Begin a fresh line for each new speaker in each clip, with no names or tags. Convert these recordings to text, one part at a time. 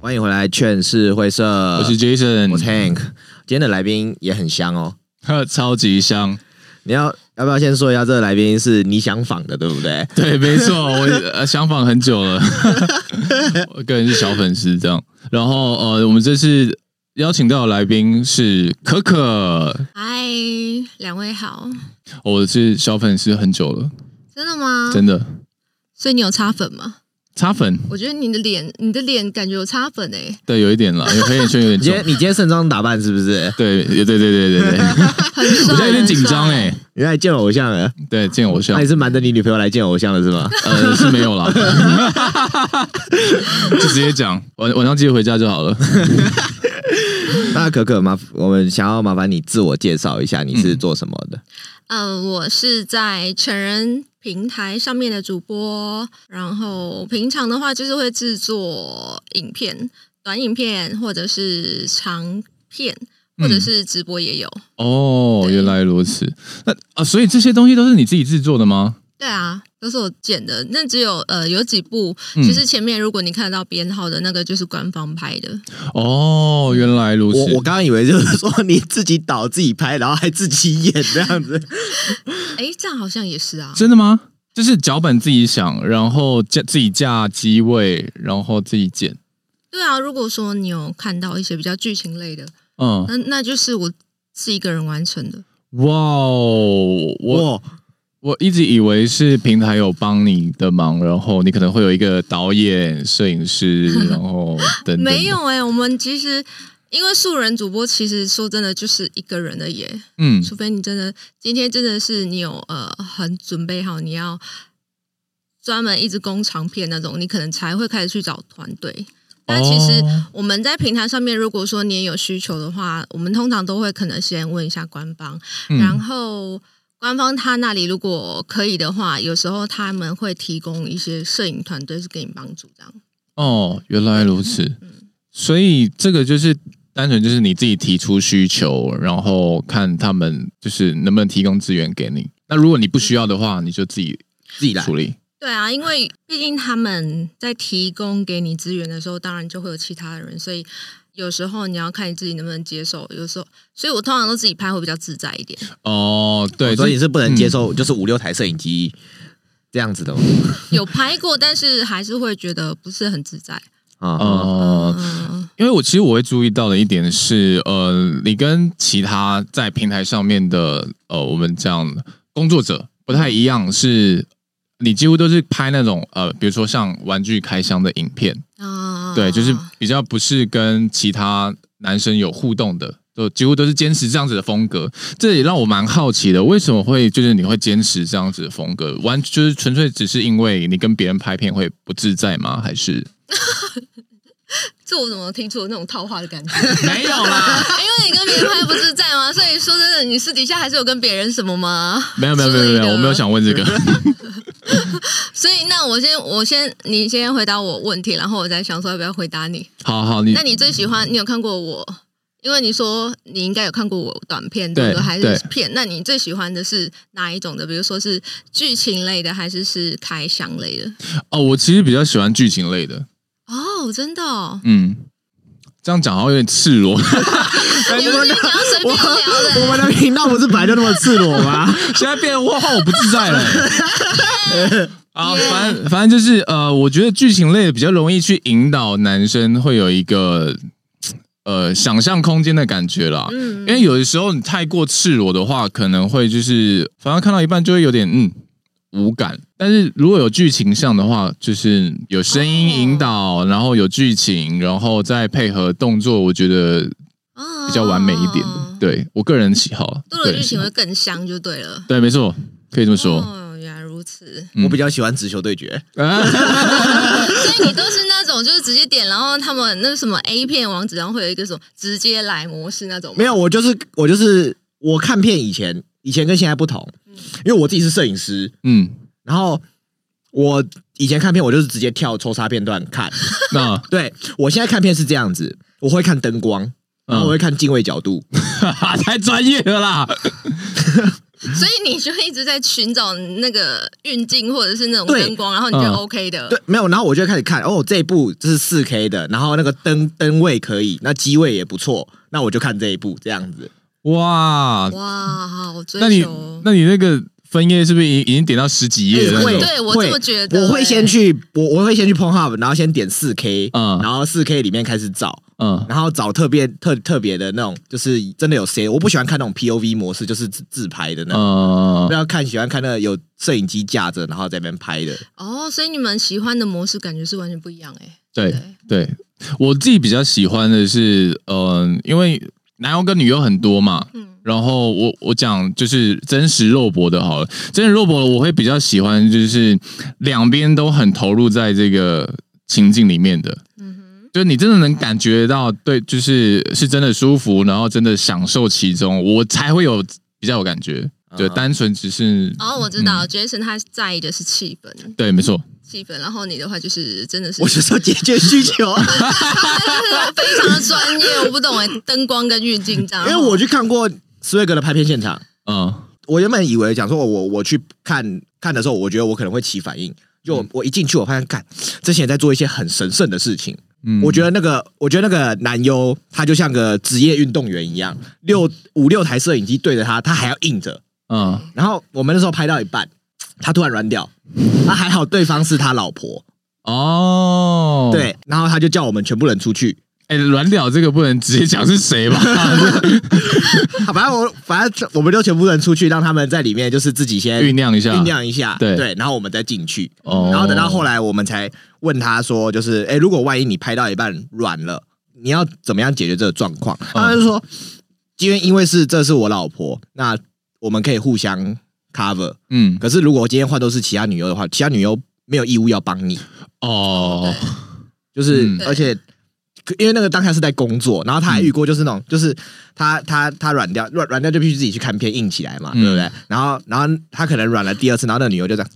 欢迎回来，劝世会社，
我
我
是 Jason，
我是 Hank。今天的来宾也很香哦，
呵 超级香。
你要要不要先说一下这个来宾是你想访的，对不对？
对，没错，我呃想访很久了， 我个人是小粉丝这样。然后呃，我们这次邀请到的来宾是可可，
嗨，两位好，
我是小粉丝很久了，
真的吗？
真的
所以你有擦粉吗？
擦粉，
我觉得你的脸，你的脸感觉有擦粉欸诶、
对，有一点啦，因为黑眼圈有点
你今
重
天。你今天盛装打扮是不是？
对，对对对对对对，
很
我
帅，
现在有点紧张
很帅
哎、
你来见偶像了？
对，见偶像
那你，是瞒着你女朋友来见偶像了是 吗？
呃，是没有啦， 就直接讲，晚晚上记得回家就好了。
那可可麻，我们想要麻烦你自我介绍一下，你
嗯
是做什么的？
呃，我是在成人平台上面的主播，然后平常的话就是会制作影片、短影片或者是长片，
嗯
或者是直播也有。
哦，
对
原来如此。那啊，所以这些东西都是你自己制作的吗？
对啊，都是我剪的。那只有呃有几部，
嗯
其实前面如果你看得到编号的那个，就是官方拍的。
哦，原来如此。
我我刚刚以为就是说你自己导自己拍，然后还自己演这样子。
哎，这样好像也是啊。
真的吗？就是脚本自己想，然后架自己架机位，然后自己剪。
对啊，如果说你有看到一些比较剧情类的，
嗯，
那那就是我自己一个人完成的。
哇哦， 我
哇，
我一直以为是平台有帮你的忙，然后你可能会有一个导演、摄影师，然后等等。
没，有哎、我们其实因为素人主播，其实说真的就是一个人的欸耶，
嗯，
除非你真的今天真的是你有呃很准备好，你要专门一直攻长片那种，你可能才会开始去找团队。但其实
哦
我们在平台上面，如果说你也有需求的话，我们通常都会可能先问一下官方，
嗯
然后官方他那里如果可以的话，有时候他们会提供一些摄影团队是给你帮助这样。
哦，原来如此。所以这个就是单纯就是你自己提出需求，然后看他们就是能不能提供资源给你。那如果你不需要的话，你就自己
自己来
处理。
对啊，因为毕竟他们在提供给你资源的时候，当然就会有其他的人，所以有时候你要看你自己能不能接受。有时候，所以我通常都自己拍会比较自在一 点。
哦，对，
所以你
这
是不能接
嗯
受就是五六台摄影机这样子的吗
有拍过，但是还是会觉得不是很自在。
啊？
哦，
嗯，
因为我其实我会注意到的一点是，呃，你跟其他在平台上面的呃，我们这样工作者不太一样，是你几乎都是拍那种呃，比如说像玩具开箱的影片，
啊
对，就是比较不是跟其他男生有互动的，就几乎都是坚持这样子的风格。这也让我蛮好奇的，为什么会就是你会坚持这样子的风格？完就是纯粹只是因为你跟别人拍片会不自在吗？还是
这我怎么听出有那种套话的感觉？
没有啦？
因为你跟别人拍不自在吗？所以说真的，你私底下还是有跟别人什么吗？
没有没有没有没有，我没有想问这个。
所以那我先，我先，你先回答我问题，然后我再想说要不要回答你。
好好， 你
那你最喜欢？你有看过我？因为你说你应该有看过我短片，
对
对不对？还
对
是片？那你最喜欢的是哪一种的？比如说是剧情类的，还是是开箱类的？
哦，我其实比较喜欢剧情类的，
哦，真的、哦，
嗯，这样讲好像有点赤裸。嗯哎
哎
你们今天讲随便聊的、
我们的频道不是本来就那么赤裸吗？
现在变得哇，我不自在 了、啊，
Yeah.
反正反正就是呃，我觉得剧情类的比较容易去引导男生会有一个呃想象空间的感觉啦。
嗯
因为有的时候你太过赤裸的话，可能会就是反正看到一半就会有点嗯无感。但是如果有剧情上的话，就是有声音引导然后有剧情，然后再配合动作，我觉得
哦
比较完美一点。对我个人喜好，
多了
对
剧情会更香，就对了。
对，没错，可以这么说。
哦，原来如此。
嗯
我比较喜欢直球对决，
所以你都是那种就是直接点，然后他们那个什么 A 片网址上会有一个什么直接来模式那种吗
没有，我就是我就是我看片以前以前跟现在不同，因为我自己是摄影师，
嗯
然后我以前看片，我就是直接跳抽插片段看。
那
对我现在看片是这样子，我会看灯光，然后我会看敬畏角度。
太专业了啦！
所以你就一直在寻找那个运镜或者是那种
对
灯光，然后你就
嗯
OK 的。
对，没有，然后我就会开始看，哦，这一部这是四 K 的，然后那个灯灯位可以，那机位也不错，那我就看这一部这样子。
哇，
哇，好追
那你
求！哦
那你那个分页是不是已已经点到十几页了
哎
那
会
种？
对我这么觉得、
我会先
哎
去，我我会先去 Pornhub，然后先点四 K，
嗯
然后四 K 里面开始找，
嗯，
然后找特别特特别的那种，就是真的有谁，我不喜欢看那种 POV 模式，就是自自拍的那种，
呃
不，要看喜欢看那个有摄影机架着，然后在那边拍的。
哦，所以你们喜欢的模式感觉是完全不一样哎、
对
对
对，我自己比较喜欢的是，嗯、因为男优跟女优很多嘛，
嗯，
然后我我讲就是真实肉搏的好了，真实肉搏的我会比较喜欢，就是两边都很投入在这个情境里面的，
嗯
就是你真的能感觉到，对，就是是真的舒服，然后真的享受其中，我才会有比较有感觉。对，
嗯
单纯只是
哼，哦，我知道、j a s o n 他在意的是气氛，
对，没错，
气氛。然后你的话就是真的是，
我就说解决需求啊，
非常的专业，我不懂 哎、灯光跟运镜这样。
因为我去看过斯威格的拍片现场，
嗯，
我原本以为讲说我我我去看看的时候，我觉得我可能会起反应。就我我一进去，我发现，干，之前在做一些很神圣的事情。
嗯
我觉得那个，我觉得那个男优，他就像个职业运动员一样，六五六台摄影机对着他，他还要硬着。
嗯，
然后我们那时候拍到一半，他突然软掉，那还好对方是他老婆，
嗯哦，，
对，然后他就叫我们全部人出去。
哎，软屌这个不能直接讲是谁吧？
好反正我反正我们就全部人出去，让他们在里面就是自己先
酝酿一下，
酝酿一下，
对
对，然后我们再进去。
哦
然后等到后来，我们才问他说，就是，哎、如果万一你拍到一半软了，你要怎么样解决这个状况？
嗯
他就说，因为因为是这是我老婆，那我们可以互相 cover。
嗯，
可是如果今天换都是其他女优的话，其他女优没有义务要帮你，
哦，
就是、
嗯
而且。因为那个当下是在工作，然后他还遇过，就是那种，就是他他他软掉软软掉就必须自己去看片硬起来嘛，
嗯
对不对？然后然后他可能软了第二次，然后那个女优就这样，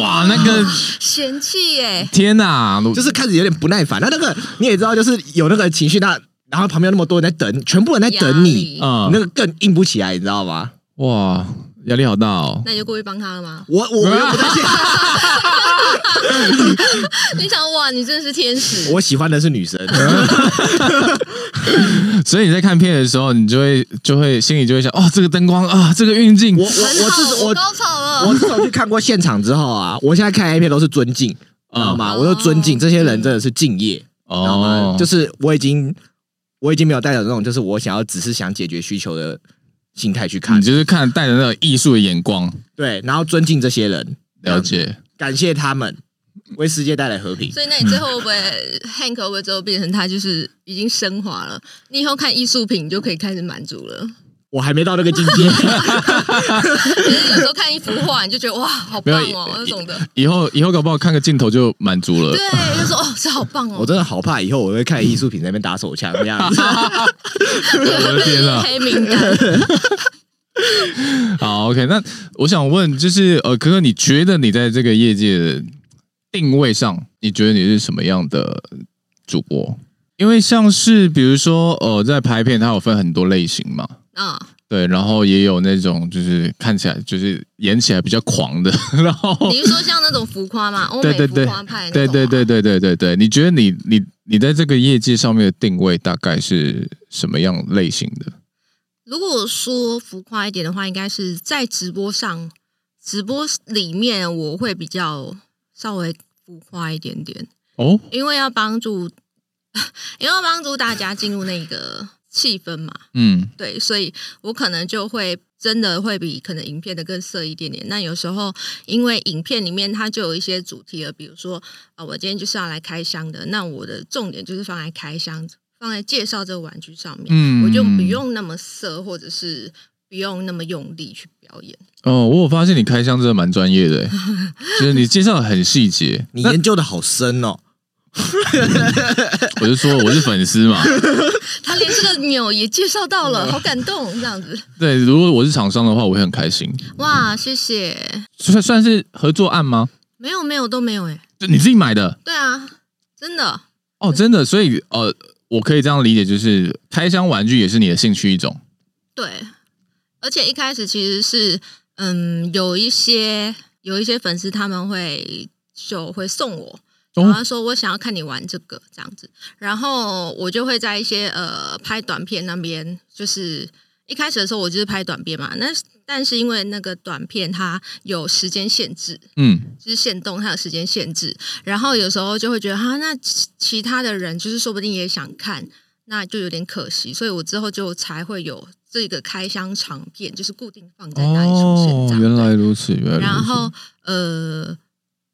哇，那 个
嫌弃欸耶、
天哪，我
就是开始有点不耐烦。那那个你也知道，就是有那个情绪，那然后旁边有那么多人在等，全部人在等你，
压力
嗯
你那个更硬不起来，你知道吗？
哇，压力好大哦。
那你就过去帮他了吗？
我我我又不太现，
你想哇，你真的是天 使
我喜欢的是 女生，
所以你在看片的时候，你就会就会心里就会想，哦，这个灯光啊，这个运镜
我我我
很好，
自我
我高潮了
我。自从去看过现场之后啊，我现在看 A 片都是尊敬，知道吗？
哦
我都尊敬这些人，真的是敬业，知道吗
哦？，
就是是我已经我已经没有带着那种，就是我想要只是想解决需求的心态去看
你，就是看带着那种艺术的眼光
对，然后尊敬这些人，
了解。
感谢他们为世界带来和平。
所以，那你最后会不会 Hank 会不会最后变成他就是已经升华了？你以后看艺术品你就可以开始满足了。
我还没到那个境界。
就是有时候看一幅画，你就觉得哇，好棒
没
哦
有，呃
那种的。
以后以后搞不好看个镜头就满足
啊
了。
对，就说哦，这好棒
我
哦，
真的好怕以后我会看艺术品在那边打手枪这样子。
我的天啊！
黑名单。
好，OK，那我想问，就是呃，可可，你觉得你在这个业界的定位上，你觉得你是什么样的主播？因为像是比如说呃，在拍片，它有分很多类型嘛，
嗯，
对，然后也有那种就是看起来就是演起来比较狂的， 然后
你是说像那种浮夸嘛，欧美
对对
浮
对
夸派那种
对
啊
对对对对对对，你觉得你你你在这个业界上面的定位大概是什么样类型的？
如果说浮夸一点的话，应该是在直播上，直播里面我会比较稍微浮夸一点点，
哦，
因为要帮助， 因为要帮助大家进入那个气氛嘛，
嗯
对，所以我可能就会真的会比可能影片的更色一点点。那有时候因为影片里面它就有一些主题了，比如说啊、呃我今天就是要来开箱的，那我的重点就是放在开箱，放在介绍这个玩具上面，
嗯
我就不用那么色，或者是不用那么用力去表演。
哦，我有发现你开箱真的蛮专业的，欸 就是你介绍的很细节。
你研究的好深哦，
我就说我是粉丝 嘛，
他连这个钮也介绍到
嗯
了，好感动，这样子，
对，如果我是厂商的话，我会很开心。
哇，谢谢。
算算是合作案吗？
没有没有都没有哎、
就你自己买的
对啊，真的
哦，真的。所以呃，我可以这样理解，就是开箱玩具也是你的兴趣一种。
对，而且一开始其实是嗯，有一些有一些粉丝他们会就会送我，然后
哦，
说我想要看你玩这个这样子，然后我就会在一些呃拍短片那边，就是一开始的时候我就是拍短片嘛，那但是因为那个短片它有时间限制，
嗯，
就是限动它有时间限制，然后有时候就会觉得哈、啊，那其其他的人就是说不定也想看，那就有点可惜，所以我之后就才会有这个开箱长片，就是固定放在那里出现这样。
哦原
对
来如此，原来如此。
然后呃，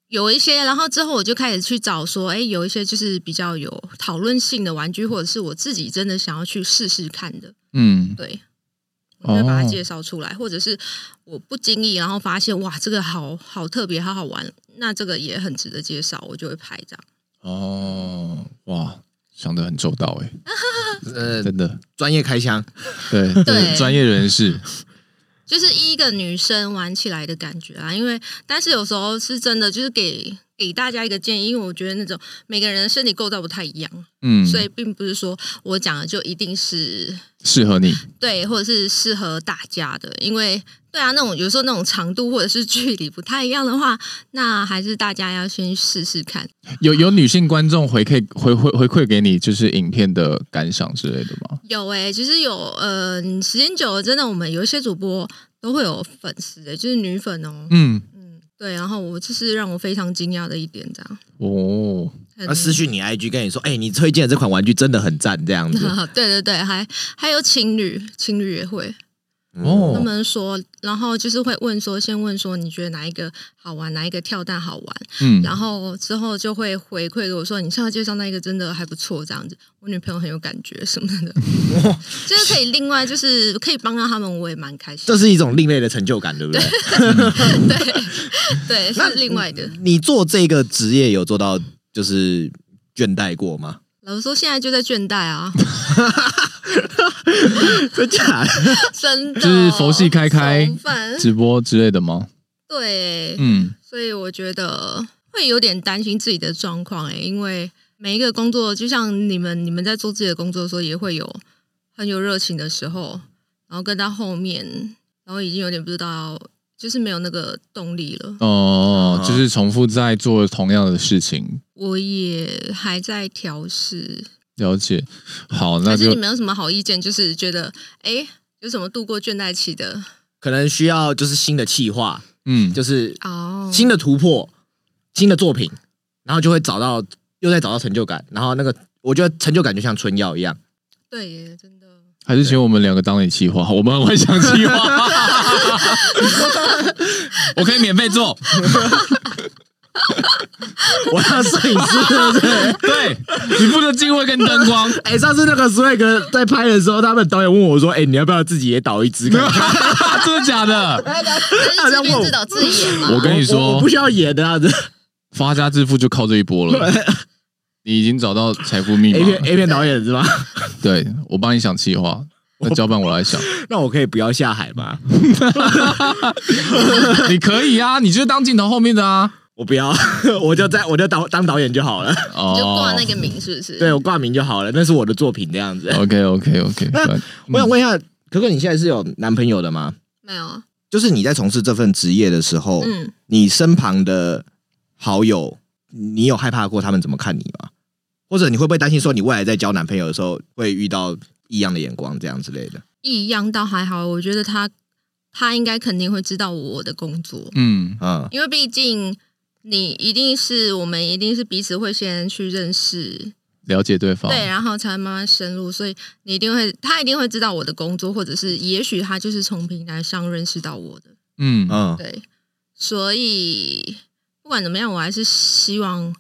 有一些，然后之后我就开始去找说，哎，有一些就是比较有讨论性的玩具，或者是我自己真的想要去试试看的，
嗯，
对。我就把它
哦
介绍出来，或者是我不经意，然后发现哇，这个好好特别，好好玩，那这个也很值得介绍，我就会拍这样。
哦，哇，想的很周到哎，
呃，
真的，
专业开箱，
对
对
专业人士，
就是一个女生玩起来的感觉啊。因为，但是有时候是真的，就是给给大家一个建议，因为我觉得那种每个人的身体构造不太一样，
嗯，
所以并不是说我讲的就一定是
适合你，
对，或者是适合大家的，因为。对啊，那种有时候那种长度或者是距离不太一样的话，那还是大家要先试试看。
有有女性观众回馈回回回馈给你，就是影片的感想之类的吗？
有诶、其实有呃，时间久了，真的我们有一些主播都会有粉丝诶、就是女粉哦。
嗯，
嗯，对。然后我这是让我非常惊讶的一点，这样。
哦，
那私讯你 IG 跟你说，哎、你推荐的这款玩具真的很赞，这样子。
对对对，还还有情侣，情侣也会，
哦，
他
哦，
们说，然后就是会问说，先问说你觉得哪一个好玩，哪一个跳蛋好玩，
嗯，
然后之后就会回馈给我说，你上次介绍那一个真的还不错，这样子，我女朋友很有感觉什么的，就是可以另外就是可以帮到他们，我也蛮开心。
这是一种另类的成就感，对不 对？
对，是另外的。
你做这个职业有做到就是倦怠过吗？
老实说，现在就在倦怠 啊，
真假的？
真的
就是佛系开开
怎么办
直播之类的吗？
对，
嗯，
所以我觉得会有点担心自己的状况诶，因为每一个工作，就像你们你们在做自己的工作的时候，也会有很有热情的时候，然后跟到后面，然后已经有点不知道，就是没有那个动力了。
哦，
啊
就是重复在做同样的事情，
我也还在调试，
了解。好，那
但是
就
你们有什么好意见？就是觉得诶，有什么度过倦怠期的
可能需要就是新的企划，
嗯，
就是
哦？
新的突破，新的作品，然后就会找到又再找到成就感，然后那个我觉得成就感就像春药一样，
对耶，真的。
还是请我们两个当你企划，我们很会想企 划，我可以免费做，
我要摄影师对不对？
对 你负责定位跟灯光，
哎、上次那个 swag 在拍的时候，他们导演问我说：“哎、你要不要自己也导一支看看
啊真的假的？
但是自编自导自演嘛，
我？”跟你
我
说
我不，需要演的啊样子。
发家致富就靠这一波了。你已经找到财富密
A 片
码，
A 片导演是吧？
对我帮你想企划，那交办我来想，
那我可以不要下海吗？
你可以啊，你就当镜头后面的啊。
我不要， 我就在我就当当导演就 好了。
哦，
你就挂那个名是不是？
哦对我挂名就好了，那是我的作品这样子。
OK OK OK，
那我想问一下，可可，你现在是有男朋友的吗？
没有啊，
就是你在从事这份职业的时候，
嗯，
你身旁的好友，你有害怕过他们怎么看你吗？或者你会不会担心说，你未来在交男朋友的时候会遇到异样的眼光，这样之类的？
异样倒还好，我觉得他他应该肯定会知道我的工作，
嗯
嗯，
因为毕竟你一定是我们一定是彼此会先去认识，
了解对
哦
方，
对，啊然后才慢慢深入，所以你一定会他一定会知道我的工作，或者是也许他就是从平台上认识到我的，
嗯
嗯，
对，所以不管怎么样，我还是希望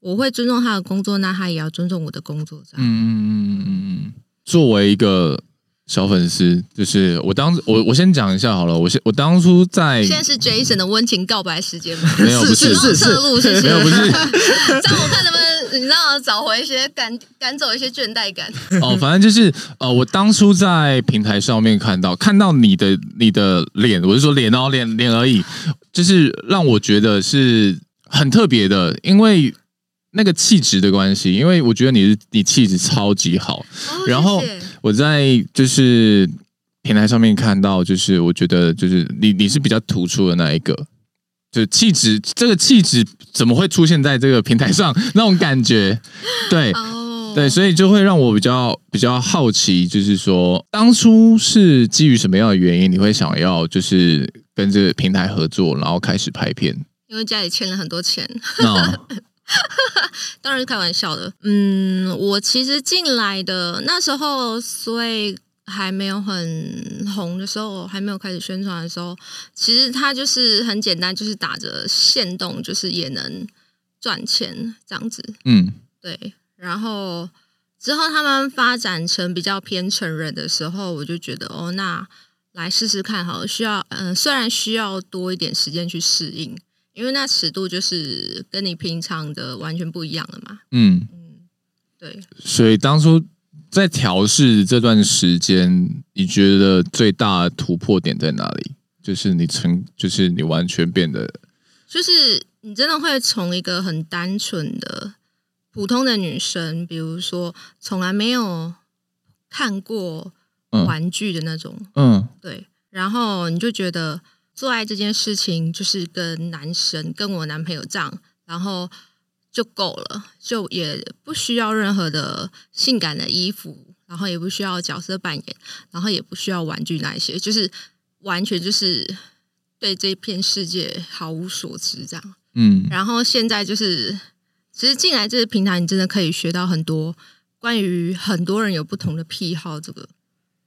我会尊重他的工作，那他也要尊重我的工作，这
嗯
样，
嗯嗯嗯，作为一个小粉丝，就是我当我我先讲一下好了，我先我当初在
现在是 Jason 的温情告白时间吗？
没有不
是
是
是是
不要侧录，谢谢。
没有不是
这样我看能不能你知道找回一些赶赶走一些倦怠感。
哦，反正就是呃，我当初在平台上面看到看到你的你的脸，我是说脸哦，脸脸而已，就是让我觉得是很特别的，因为那个气质的关系，因为我觉得你是你气质超级好，
哦
然后
谢谢
我在就是平台上面看到，就是我觉得就是你你是比较突出的那一个，就是气质这个气质怎么会出现在这个平台上 那种感觉？对
哦，
对，所以就会让我比较比较好奇，就是说当初是基于什么样的原因，你会想要就是跟这个平台合作，然后开始拍片？
因为家里欠了很多钱，
那
当然是开玩笑的。嗯，我其实进来的那时候，所以还没有很红的时候，还没有开始宣传的时候，其实它就是很简单，就是打着线动，就是也能赚钱这样子。
嗯
对，然后之后他们发展成比较偏成人的时候，我就觉得哦，那来试试看好了。需要嗯、呃虽然需要多一点时间去适应，因为那尺度就是跟你平常的完全不一样了嘛。
嗯，
嗯，对，
所以当初在调试这段时间，你觉得最大的突破点在哪里？就是你成，就是你完全变得，
就是你真的会从一个很单纯的普通的女生，比如说从来没有看过
嗯
玩具的那种。
嗯
对，然后你就觉得做爱这件事情就是跟男生跟我男朋友这样，然后就够了，就也不需要任何的性感的衣服，然后也不需要角色扮演，然后也不需要玩具那一些，就是完全就是对这片世界毫无所知这样。
嗯
然后现在就是，其实进来这个平台，你真的可以学到很多关于很多人有不同的癖好，这个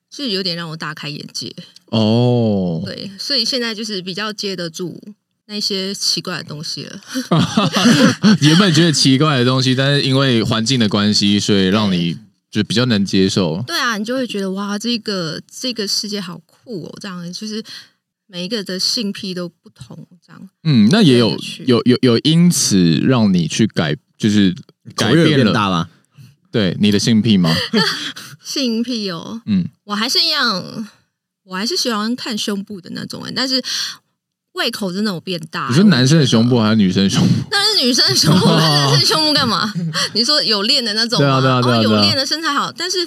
是有点让我大开眼界。
哦，
对，所以现在就是比较接得住那些奇怪的东西了。
原本觉得奇怪的东西，但是因为环境的关系，所以让你就比较能接受。
对啊，你就会觉得哇，这个这个世界好酷哦，这样就是每一个的性癖都不同，这样
嗯，那也有
有趣
有有有因此让你去改，就是改
口味有
变
变
了
大吗？
对你的性癖 吗？
性癖哦，
嗯，
我还是一样，我还是喜欢看胸部的那种哎，但是胃口真的有变大。
啊
你说男生的胸部还是女生的胸 部？
但是女生的胸部，男生的胸部干 嘛？你说有练的那种吗？
对啊对啊对啊
哦，
对啊
有练的身材好，但是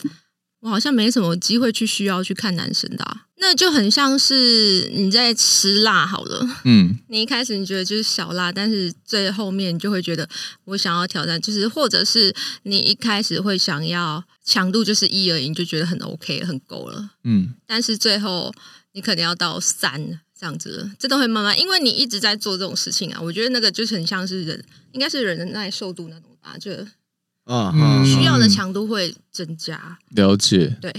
我好像没什么机会去需要去看男生的啊、那就很像是你在吃辣好了。
嗯
你一开始你觉得就是小辣，但是最后面你就会觉得我想要挑战，就是或者是你一开始会想要强度就是一而已，你就觉得很 OK 了，很够了。
嗯
但是最后你可能要到三这样子了，这都会慢慢，因为你一直在做这种事情啊。我觉得那个就是很像是人，应该是人的耐受度那种吧，就
哦，
嗯
嗯，
需要的强度会增加。
了解。
对，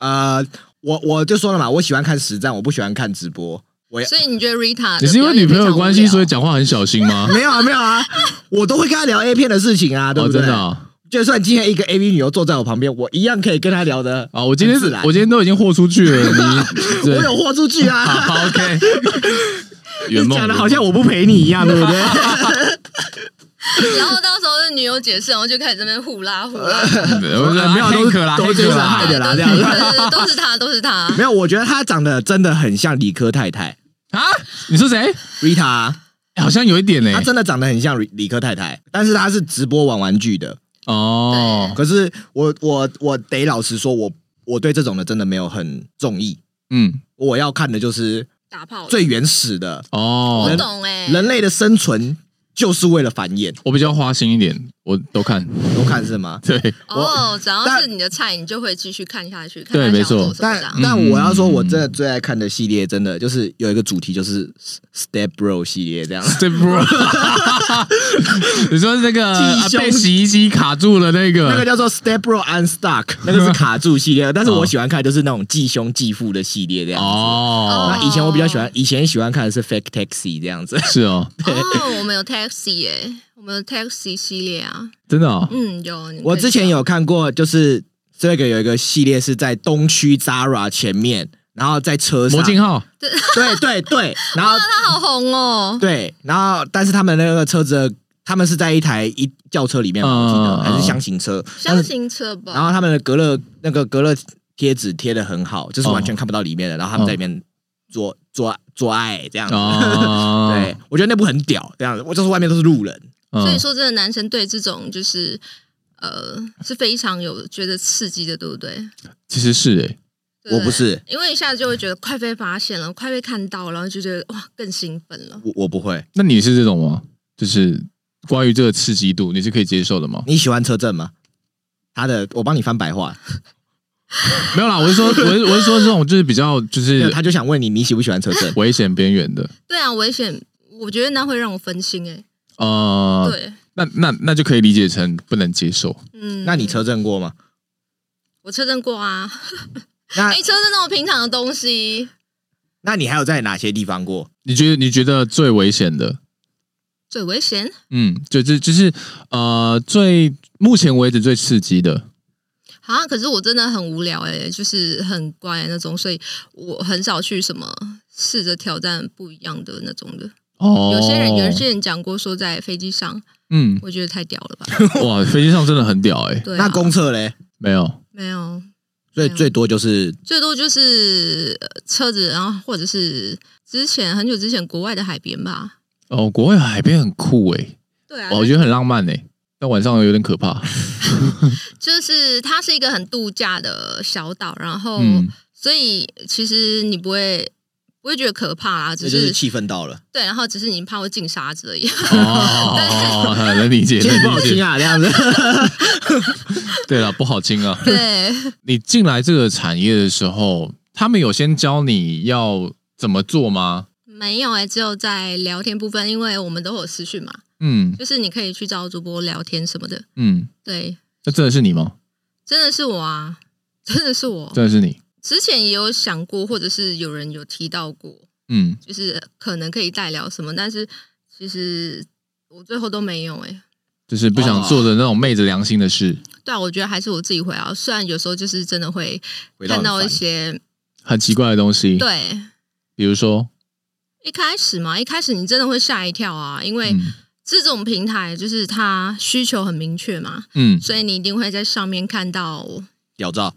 呃，我我就说了嘛，我喜欢看实战，我不喜欢看直播。 我
所以你觉得
啊
Rita
你
的
是因为女朋友的关系，所 以
表
讲话很小心吗？
没有啊，没有啊，我都会跟他聊 A 片的事情啊， 对
哦，
不对？
真的啊！
就算今天一个 A V 女优坐在我旁边，我一样可以跟她聊的。
啊，我今天
很自然
我今天都已经豁出去 了，你
我
对
有豁出去啊！
好 OK。圆
你
梦
讲的好像我不陪你一样，对不对？
演唱会啊，然后到时候是女友解释，然后就开始这边互拉互拉，
没有啊都是啦，
都是
黑客
害
呃啦
啊的啦，这
对
样
对
子。
对，都是他，都是他。
没有，我觉得她长得真的很像理科太太
啊！你说谁？哎
Rita，啊
好像有一点呢
她。真的长得很像理理科太太，但是她是直播玩玩具的。
哦，
可是我我我得老实说，我我对这种的真的没有很中意。
嗯，
我要看的就是
打炮
最原始的
哦
我，懂哎、
人类的生存，就是为了繁衍。
我比较花心一点，我都看。
都看是吗？
对，
哦，只要
但
是你的菜，你就会继续看下去，看
对
他想
没错
做什么
但
这样。
但我要说，我真的最爱看的系列，真的就是有一个主题，就是 Step Bro 系列这样。
这波， 你说这个啊
鸡胸
被洗衣机卡住了那
那个
个，
叫做 Step Bro
嗯
Unstuck，那个是卡住系列，但是我喜欢看就是那种继兄继父的系列这样子。
哦
哦，
那以前我比较喜欢，以前喜欢看的是 Fake Taxi 这样 子。
是哦，
哦，我们有 taxi 哎、我们有 taxi 系列啊，
真的哦，
嗯，有。你可以
我之前有看过，就是这个有一个系列是在东区 Zara 前面，然后在车上
魔，镜号，
对对对，然后
讲，他好红哦，
对，然后但是他们那个车子的他们是在一台一轿车里面吧，我记
嗯
得还是箱型车，但
箱
是
型车
然
吧，
后他们的隔热那个隔热贴纸贴的很好，就是完全看不到里面的，然后他们在里面
嗯
做做做爱这样子。
哦，
对，我觉得那部很屌，这样子，我就是外面都是路人，
嗯，
所以说真的男生对这种就是呃是非常有觉得刺激的，对不对？
其实是诶，
对
我不是，
因为一下子就会觉得快被发现了，快被看到了，然后就觉得哇更兴奋了。
我我不会。
那你是这种吗？就是关于这个刺激度，你是可以接受的吗？
你喜欢车震吗？他的，我帮你翻白话，
没有啦，我是说，我是我是 说这种就是比较就
没有
是
他就想问你，你喜不喜欢车震？
危险边缘的，
对啊，危险，我觉得那会让我分心哎、
哦
呃，
对，
那那那就可以理解成不能接受。
嗯，
那你车震过吗？
我车震过啊，
那
哎、车震那种平常的东西，
那你还有在哪些地方过？
你觉得你觉得最危险的，
最危险
嗯，就就就是呃，最目前为止最刺激的，
啊！可是我真的很无聊哎、就是很乖那种，所以我很少去什么试着挑战不一样的那种的。
哦，
有些人有些人讲过说在飞机上，
嗯，
我觉得太屌 了吧？
哇，飞机上真的很屌哎、
对、啊，
那公厕嘞？
没有，
没有，
所以
没有
最多就是
最多就是呃车子，然后或者是之前很久之前国外的海边吧。
哦，国外海边很酷哎、
对啊，
哇我
哦
觉得很浪漫哎、但晚上有点可怕，
就是它是一个很度假的小岛，然后、
嗯，
所以其实你不会不会觉得可怕啦，
这
只
就是是气氛到了，
对，然后只是你怕会进沙子 而已。
哦，能理解，
其实不好
能理
听
解，
啊，这样子。
对了，不好听啊。
对，
你进来这个产业的时候，他们有先教你要怎么做吗？
没有哎、只有在聊天部分，因为我们都有私讯嘛，
嗯
就是你可以去找主播聊天什么的。
嗯，
对，
那真的是你吗？
真的是我啊，真的是我。
真的是你？
之前也有想过，或者是有人有提到过，
嗯，
就是可能可以代聊什么，但是其实我最后都没有哎、
就是不想做的那种昧着良心的事，
对啊，我觉得还是我自己回啊，虽然有时候就是真的会
回
看
很
到一
烦
些
很奇怪的东西。
对，
比如说，
一开始嘛，一开始你真的会吓一跳啊，因为
嗯
这种平台就是它需求很明确嘛，
嗯，
所以你一定会在上面看到。
屌 照，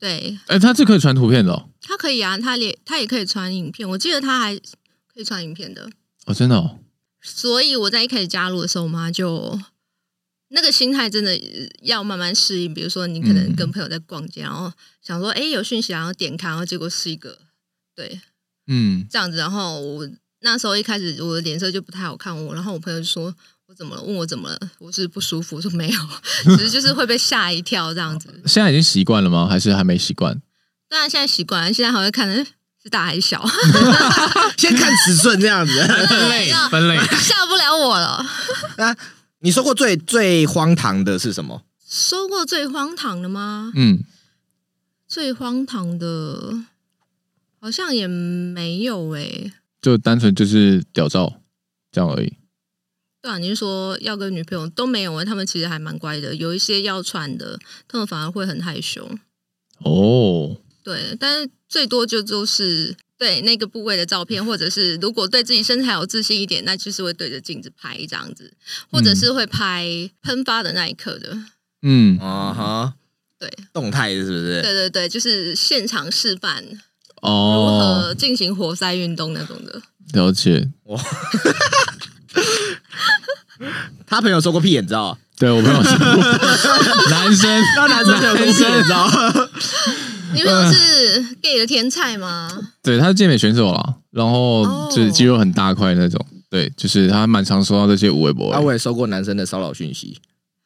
对，
哎、他这可以传图片的哦，
它可以啊，它也它也可以传影片，我记得它还可以传影片的。
哦真的哦，
所以我在一开始加入的时候，我妈就那个心态真的呃要慢慢适应。比如说，你可能
嗯
跟朋友在逛街，然后想说，哎，有讯息，然后点开，然后结果是一个对
嗯，
这样子。然后我那时候一开始我的脸色就不太好看，我然后我朋友就说我怎么了？问我怎么了？我是不舒服，我说没有， 只是就是会被吓一跳这样子。
现在已经习惯了吗？还是还没习惯？
当然现在习惯了，现在还会看， 诶是大还是小，
先看尺寸这样子。
分类，哎 分类，
吓不了我了。
那你说过最最荒唐的是什么？
说过最荒唐的吗？
嗯，
最荒唐的，好像也没有欸诶、
就单纯就是屌照这样而已。
对啊，你是说要跟女朋友都没有诶、欸他们其实还蛮乖的。有一些要传的，他们反而会很害羞。
哦，
对，但是最多就就是对那个部位的照片，或者是如果对自己身材有自信一点，那就是会对着镜子拍这样子，或者是会拍喷发的那一刻的。
嗯，
啊哈，
对，
动态是不是？
对对对，就是现场示范如
哦，
何进行活塞运动那种的。
了解。
他朋友说过屁眼照，
对我朋友说过，男生，
那男生就有说过屁眼 照，
你们是 gay 的天才吗？
对，他是健美选手啦，然
哦
后就是肌肉很大块那种。对，就是他蛮常收到这些无微博，
啊，我也收过男生的骚扰讯息，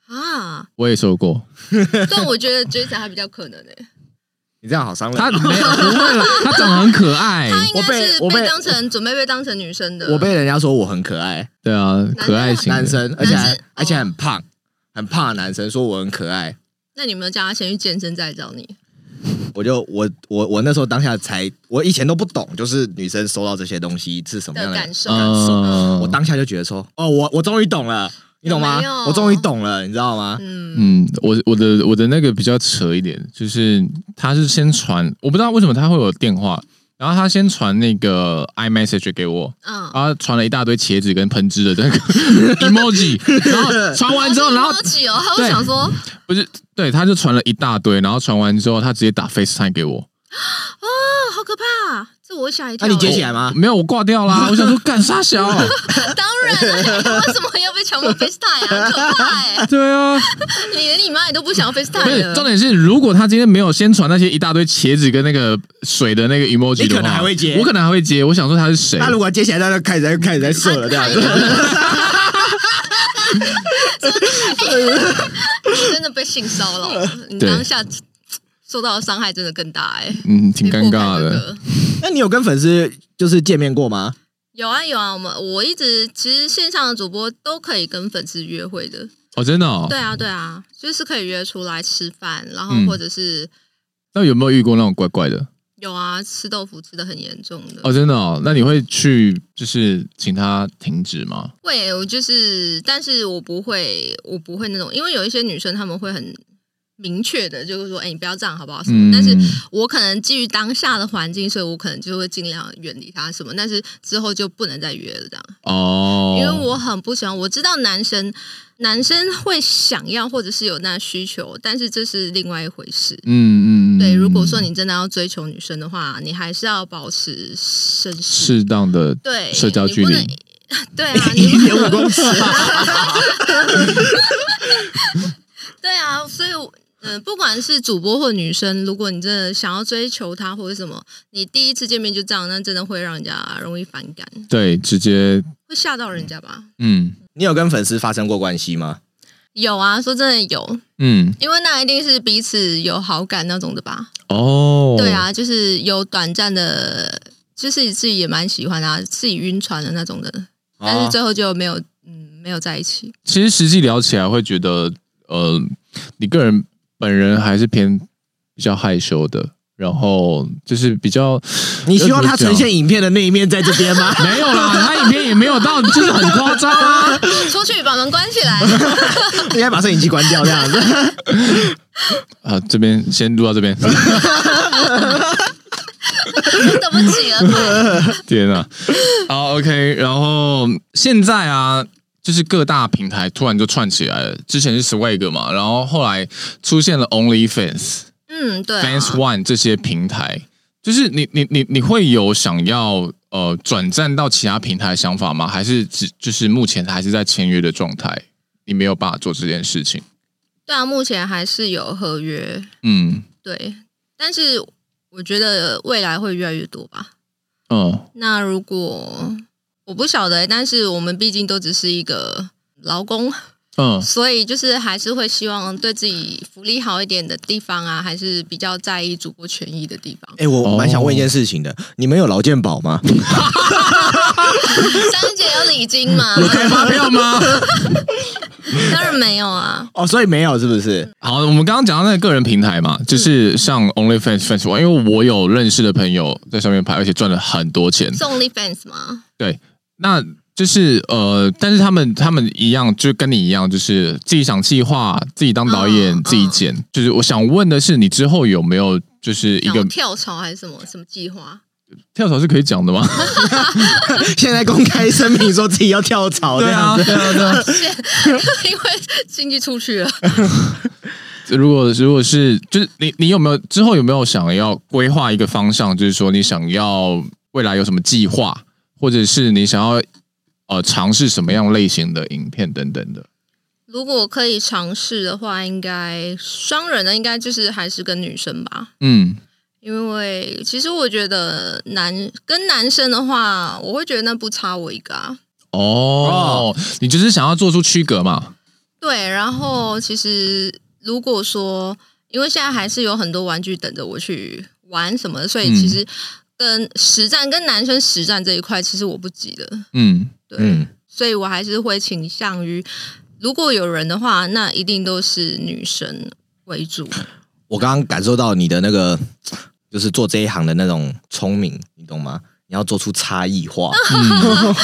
啊，
我也收过。
但我觉得 Jason 还比较可能欸诶、
你这样好伤人。
他没有不会啦，他长得很可 爱。
他应
我
该
被
是
我被
被当成准备被当成女生的。
我被人家说我很可爱，
对啊，可爱型的
男生，而且
男
还
生
而且很胖，很胖的男生说我很可爱，
那你有没有叫他先去健身再找你？
我就我我我那时候当下才，我以前都不懂，就是女生收到这些东西是什么样
的
的
感受
嗯，
我当下就觉得说，哦，我我终于懂了，你懂吗
有没有？
我终于懂了，你知道吗？
嗯，
嗯，我我的我的那个比较扯一点，就是他是先传，我不知道为什么他会有电话，然后他先传那个 iMessage 给我，
嗯，
然后传了一大堆茄子跟喷汁的这 个 emoji，然后传完之后，然后
好奇哦，他
对
会想说，
不是对，他就传了一大堆，然后传完之后，他直接打 FaceTime 给我，
啊，好可怕！这我会吓一跳。
那你接起来吗？
没有，我挂掉 啦。我想说干啥小？啊
当然 了，为什么要被强迫 FaceTime 啊？很可怕哎！
对啊，
你连你妈也都不想要
不
FaceTime
是重
了。
点是，如果他今天没有先传那些一大堆茄子跟那个水的那个 emoji
你可
的
能
话，
还会接
我可能还会接。我想说他是谁？
那如果接起来，那就开始在开始在
啊
射了，这样子。
你哎真的被性骚扰了，你
对
当下受到的伤害真的更大哎、
嗯，挺尴尬
被迫改这
的。
个。
那你有跟粉丝就是见面过吗？
有啊有啊，我们我一直其实线上的主播都可以跟粉丝约会的，
哦，真的哦。
对啊对啊，就是可以约出来吃饭，然后
嗯
或者是、
那有没有遇过那种怪怪的？
有啊吃豆腐吃的很严重的。
哦，真的哦。那你会去就是请他停止吗？
会，我就是，但是我不会，我不会那种，因为有一些女生她们会很明确的，就是说，哎、你不要这样好不好？什么？
嗯，
但是我可能基于当下的环境，所以我可能就会尽量远离她什么，但是之后就不能再约了这样，
哦，
因为我很不喜欢。我知道男生男生会想要或者是有那需求，但是这是另外一回事。
嗯嗯嗯，
对，如果
嗯
说你真的要追求女生的话，你还是要保持绅士，
适当的
对，
社交
你
距
不
离
能。对啊，你不能
有五公尺，
对啊，所以我。嗯，不管是主播或女生，如果你真的想要追求他或者什么，你第一次见面就这样，那真的会让人家容易反感，
对，直接
会吓到人家吧？
嗯
你有跟粉丝发生过关系吗？
有啊，说真的有，
嗯
因为那一定是彼此有好感那种的吧？
哦，
对，啊，就是有短暂的，就是自己也蛮喜欢啊，自己晕船的那种的，但
哦
啊
是最后就没有，嗯，没有在一起。
其实实际聊起来会觉得，呃，你个人本人还是偏比较害羞的，然后就是比较
你希望他呈。
要怎么讲
现影片的那一面在这边 吗？
没有啦，他影片也没有到，就是很夸张啊。
出去把门关起来，
应该把摄影机关掉这样子。
啊，这边先录到这边。
等不起了，快！
天啊！ 好，OK。然后现在啊，就是各大平台突然就串起来了。之前是 Swag 嘛，然后后来出现了 OnlyFans、
嗯，对、啊
Fans，One 这些平台。就是你你你你会有想要呃转战到其他平台的想法吗？还是只就是目前还是在签约的状态，你没有办法做这件事情？
对啊，目前还是有合约，
嗯
对，但是我觉得未来会越来越多吧。
嗯
那如果我不晓得欸、但是我们毕竟都只是一个劳工，
嗯
所以就是还是会希望对自己福利好一点的地方啊，还是比较在意主播权益的地 方。
哎、我蛮想问一件事情的，你们有劳健保吗？
三姐有礼金吗？
开发票吗？
当然没有啊。
哦，所以没有是不是？
好，我们刚刚讲到那个个人平台嘛，
嗯
就是像 OnlyFans、Fans One，因为我有认识的朋友在上面拍，而且赚了很多钱。
送 l y fans 吗？
对，那就是呃，但是他们他们一样，就跟你一样，就是自己想计划，自己当导演，
嗯
自己剪。就是我想问的是，你之后有没有就是一
想要
个
跳槽还是什么什么计划？
跳槽是可以讲 的吗？
现在公开声明说自己要跳槽哦这
对
样
啊，
子，
对啊，对啊。
因为经济出去了，
如果如果是就是你你有没有之后有没有想要规划一个方向，就是说你想要未来有什么计划，或者是你想要呃尝试什么样类型的影片等等的？
如果可以尝试的话，应该双人的应该就是还是跟女生吧，
嗯
因为其实我觉得男跟男生的话，我会觉得那不差我一个啊。
哦，你就是想要做出区隔嘛？
对，然后其实如果说，因为现在还是有很多玩具等着我去玩什么的，所以
嗯
其实跟实战跟男生实战这一块，其实我不急的，
嗯
对，
嗯，
所以我还是会倾向于，如果有人的话，那一定都是女生为主。
我刚刚感受到你的那个，就是做这一行的那种聪明，你懂吗？你要做出差异 化，
嗯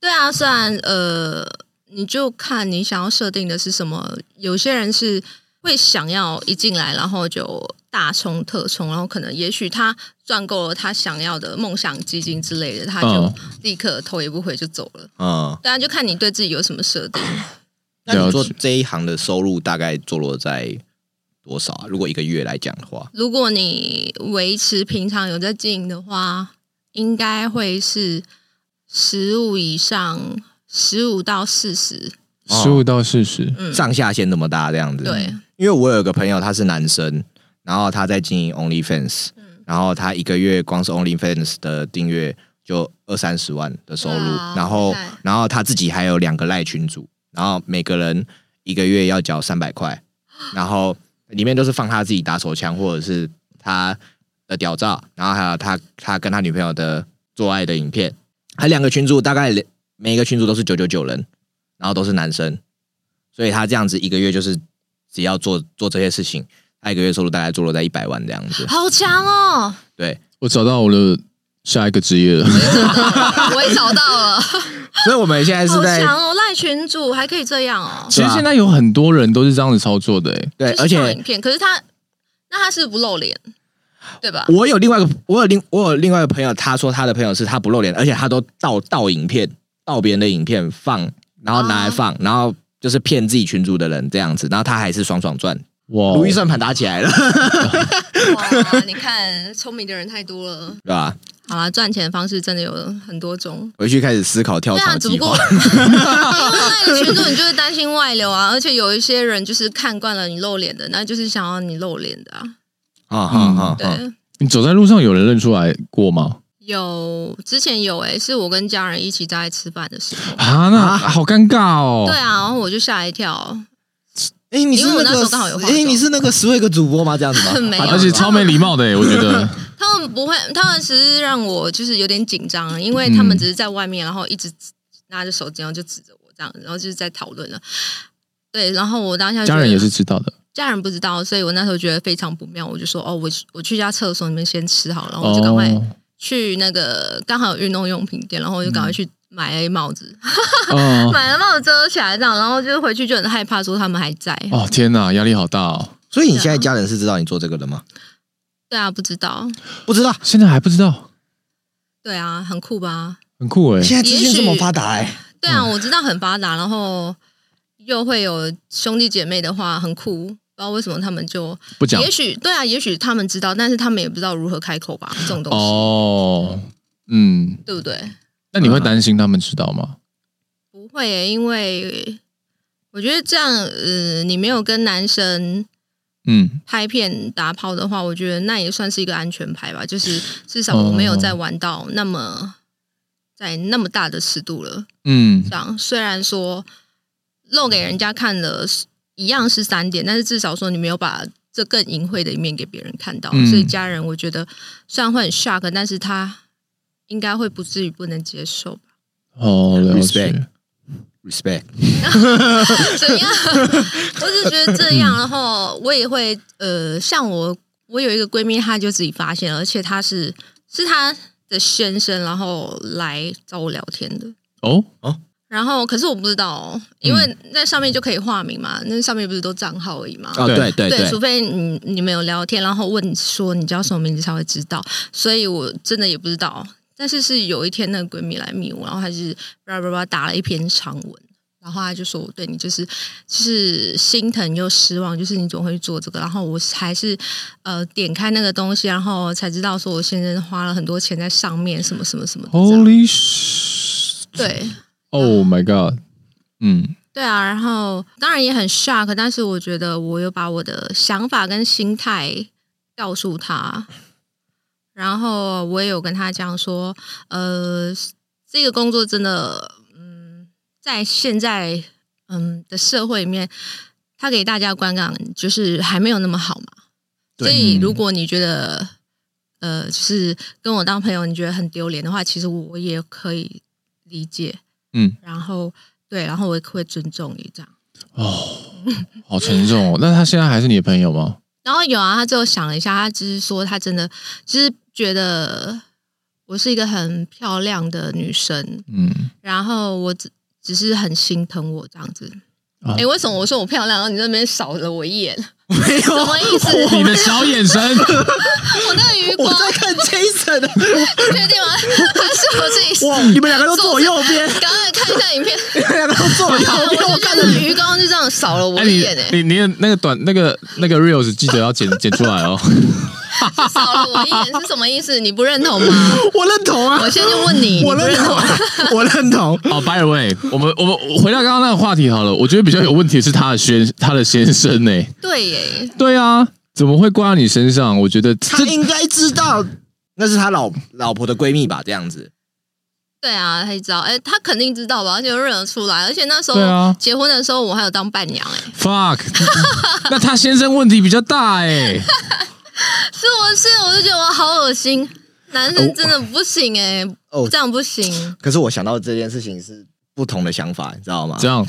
对啊，虽然呃，你就看你想要设定的是什么。有些人是会想要一进来，然后就大冲特冲，然后可能也许他赚够了他想要的梦想基金之类的，他就
嗯
立刻头也不回就走了。
嗯，
对啊，就看你对自己有什么设定。
那你做
了解
这一行的收入大概坐落在多少啊？如果一个月来讲的话，
如果你维持平常有在经营的话，应该会是十五以上，十五到四十。
哦
十五到四十，
嗯，
上下限那么大这样子。
对，
因为我有个朋友他是男生，然后他在经营 OnlyFans，、然
嗯
后他一个月光是 OnlyFans 的订阅就二三十万的收入，
哇
然后
厉害
然后他自己还有两个赖群主，然后每个人一个月要缴三百 块，然后里面都是放他自己打手枪或者是他的屌照，然后还有他他跟他女朋友的做爱的影片，还两个群主大概每一个群主都是九九九人，然后都是男生，所以他这样子一个月就是只要做做这些事情，他一个月收入大概坐落在一百万这样子。
好强哦！
对，
我找到我的下一个职 业了。 啊
我也找到了，
所以我们现在是
好
在
强哦！赖群主还可以这样哦，
其实
对啊
现在有很多人都是这样子操作的、欸，
对，
就
而
是放
且
影片，可是他那他是不露脸，对吧？
我有另外一个，我有另我有另外一个朋友，他说他的朋友是他不露脸，而且他都盗盗影片，盗别人的影片放，然后
哦
拿来放，然后就是骗自己群主的人这样子，然后他还是爽爽赚，
哇
哦如意算盘打起来了，
哇，你看聪明的人太多了。
对吧？
好啦，赚钱的方式真的有很多种。
回去开始思考跳
对啊，
槽
只不
计
过
划，
因为那个群主，你就会担心外 流啊，而且有一些人就是看惯了你露脸的，那就是想要你露脸的啊。
啊哈
嗯
哈
嗯对，
哈，
你走在路上有人认出来过吗？
有之前有诶、是我跟家人一起在吃饭的时候。
啊，那好尴尬哦。
对啊，然后我就吓一跳，
哎，你是
因为我
那
那时
个
候刚好有化妆
哎，你是那个十位个主播吗？这样子 吗？啊
没有
而且超没礼貌的、欸，我觉得。
他们不会，他们其实让我就是有点紧张，因为
嗯
他们只是在外面，然后一直拿着手机，然后就指着我这样，然后就是在讨论了。对，然后我当下
家
觉得
人也是知道的，
家人不知道，所以我那时候觉得非常不妙，我就说哦，我我去一下厕所，你们先吃好了，然哦后我就赶
哦
快去那个刚好有运动用品店，然后我就赶快去买了一帽子，
嗯 哦
买了帽子遮起来这样，然后就是回去就很害怕，说他们还在。
哦，天哪，压力好大哦！
所以你现在家人是知道你做这个的吗？
对啊，不知道，
不知道，
现在还不知道，
对啊，很酷吧？
很酷哎、
现在资
也
讯
许
这么发达哎，
对
嗯
啊，我知道很发达，然后又会有兄弟姐妹的话，很酷。不知道为什么他们就，
不讲
也许对啊，也许他们知道，但是他们也不知道如何开口吧，这种东西，
哦。嗯，
对不对？
那你会担心他们知道吗？
不会耶，因为我觉得这样，呃，你没有跟男生
嗯，
拍片打炮的话，我觉得那也算是一个安全牌吧。就是至少我没有再玩到那么在那么大的尺度了。
嗯
这，样虽然说露给人家看了是一样是三点，但是至少说你没有把这更淫秽的一面给别人看到，
嗯
所以家人我觉得虽然会很 shock，但是他应该会不至于不能接受吧。
哦，了解
Respect。，respect，
怎样？我只觉得这样，然后我也会呃，像我，我有一个闺蜜，她就自己发现了，而且她是是她的先生，然后来找我聊天的。
哦，
然后，可是我不知道哦，因为在上面就可以化名嘛，那上面不是都账号而已嘛。
哦，
对
对对对
除，非你你们有聊天，然后问你说你叫什么名字才会知道，所以我真的也不知道。但是是有一天那个闺蜜来密我，然后她就是叭叭叭打了一篇长文，然后她就说我对你就是就是心疼又失望，就是你怎么会做这个？然后我还是呃点开那个东西，然后才知道说我先生花了很多钱在上面，什么什么什么的这样。
Holy sh！
对，啊
，Oh my god！嗯，
对啊，然后当然也很 shock，但是我觉得我有把我的想法跟心态告诉他，然后我也有跟他讲说，呃，这个工作真的，嗯，在现在嗯的社会里面，它给大家观感就是还没有那么好嘛，所
对
以
嗯
如果你觉得。呃，就是跟我当朋友，你觉得很丢脸的话，其实我也可以理解。然后对，然后我也会尊重你这样。
哦，好沉 重哦。那他现在还是你的朋友吗？
然后有啊，他最后想了一下，他只是说他真的就是觉得我是一个很漂亮的女生，
嗯，
然后我只只是很心疼我这样子。
啊
哎、为什么我说我漂亮，然后你在那边扫了我一眼？
没有，
什么意思？
你的小眼神，
我那个余
我
光，
在看 Jason，
你确定吗？ 还是我自己？
哇，你们两个都坐我右 边，
刚刚看一 下影片，
你们两个都坐我右
我
边，我
就觉
看
得
着
那个
你。
余光就这样扫了我
哎，
一
你
眼欸诶、
你你的那个短那个那个 reels 记得要剪剪出来哦。
扫了我一眼是什么意思？你不认 同吗？
我认同啊
我，现在就问你，你
我
不
认
认
同啊
同？，
我认同。
哦、b y the way，我们我们我回到刚刚那个话题好了，我觉得比较有问题是他的先他的先生呢、
对耶，
对啊，怎么会挂在你身上？我觉得
他
这
应该知道那是他老老婆的闺蜜吧？这样子，
对啊，他知道，哎、他肯定知道吧？而且认得出来，而且那时候、
对啊
结婚的时候，我还有当伴娘、哎，
fuck，那他先生问题比较大哎、
是我是，我就觉得我好恶心，男生真的不行、哎、
哦
这样不行，
可是我想到这件事情是不同的想法，你知道吗？
这样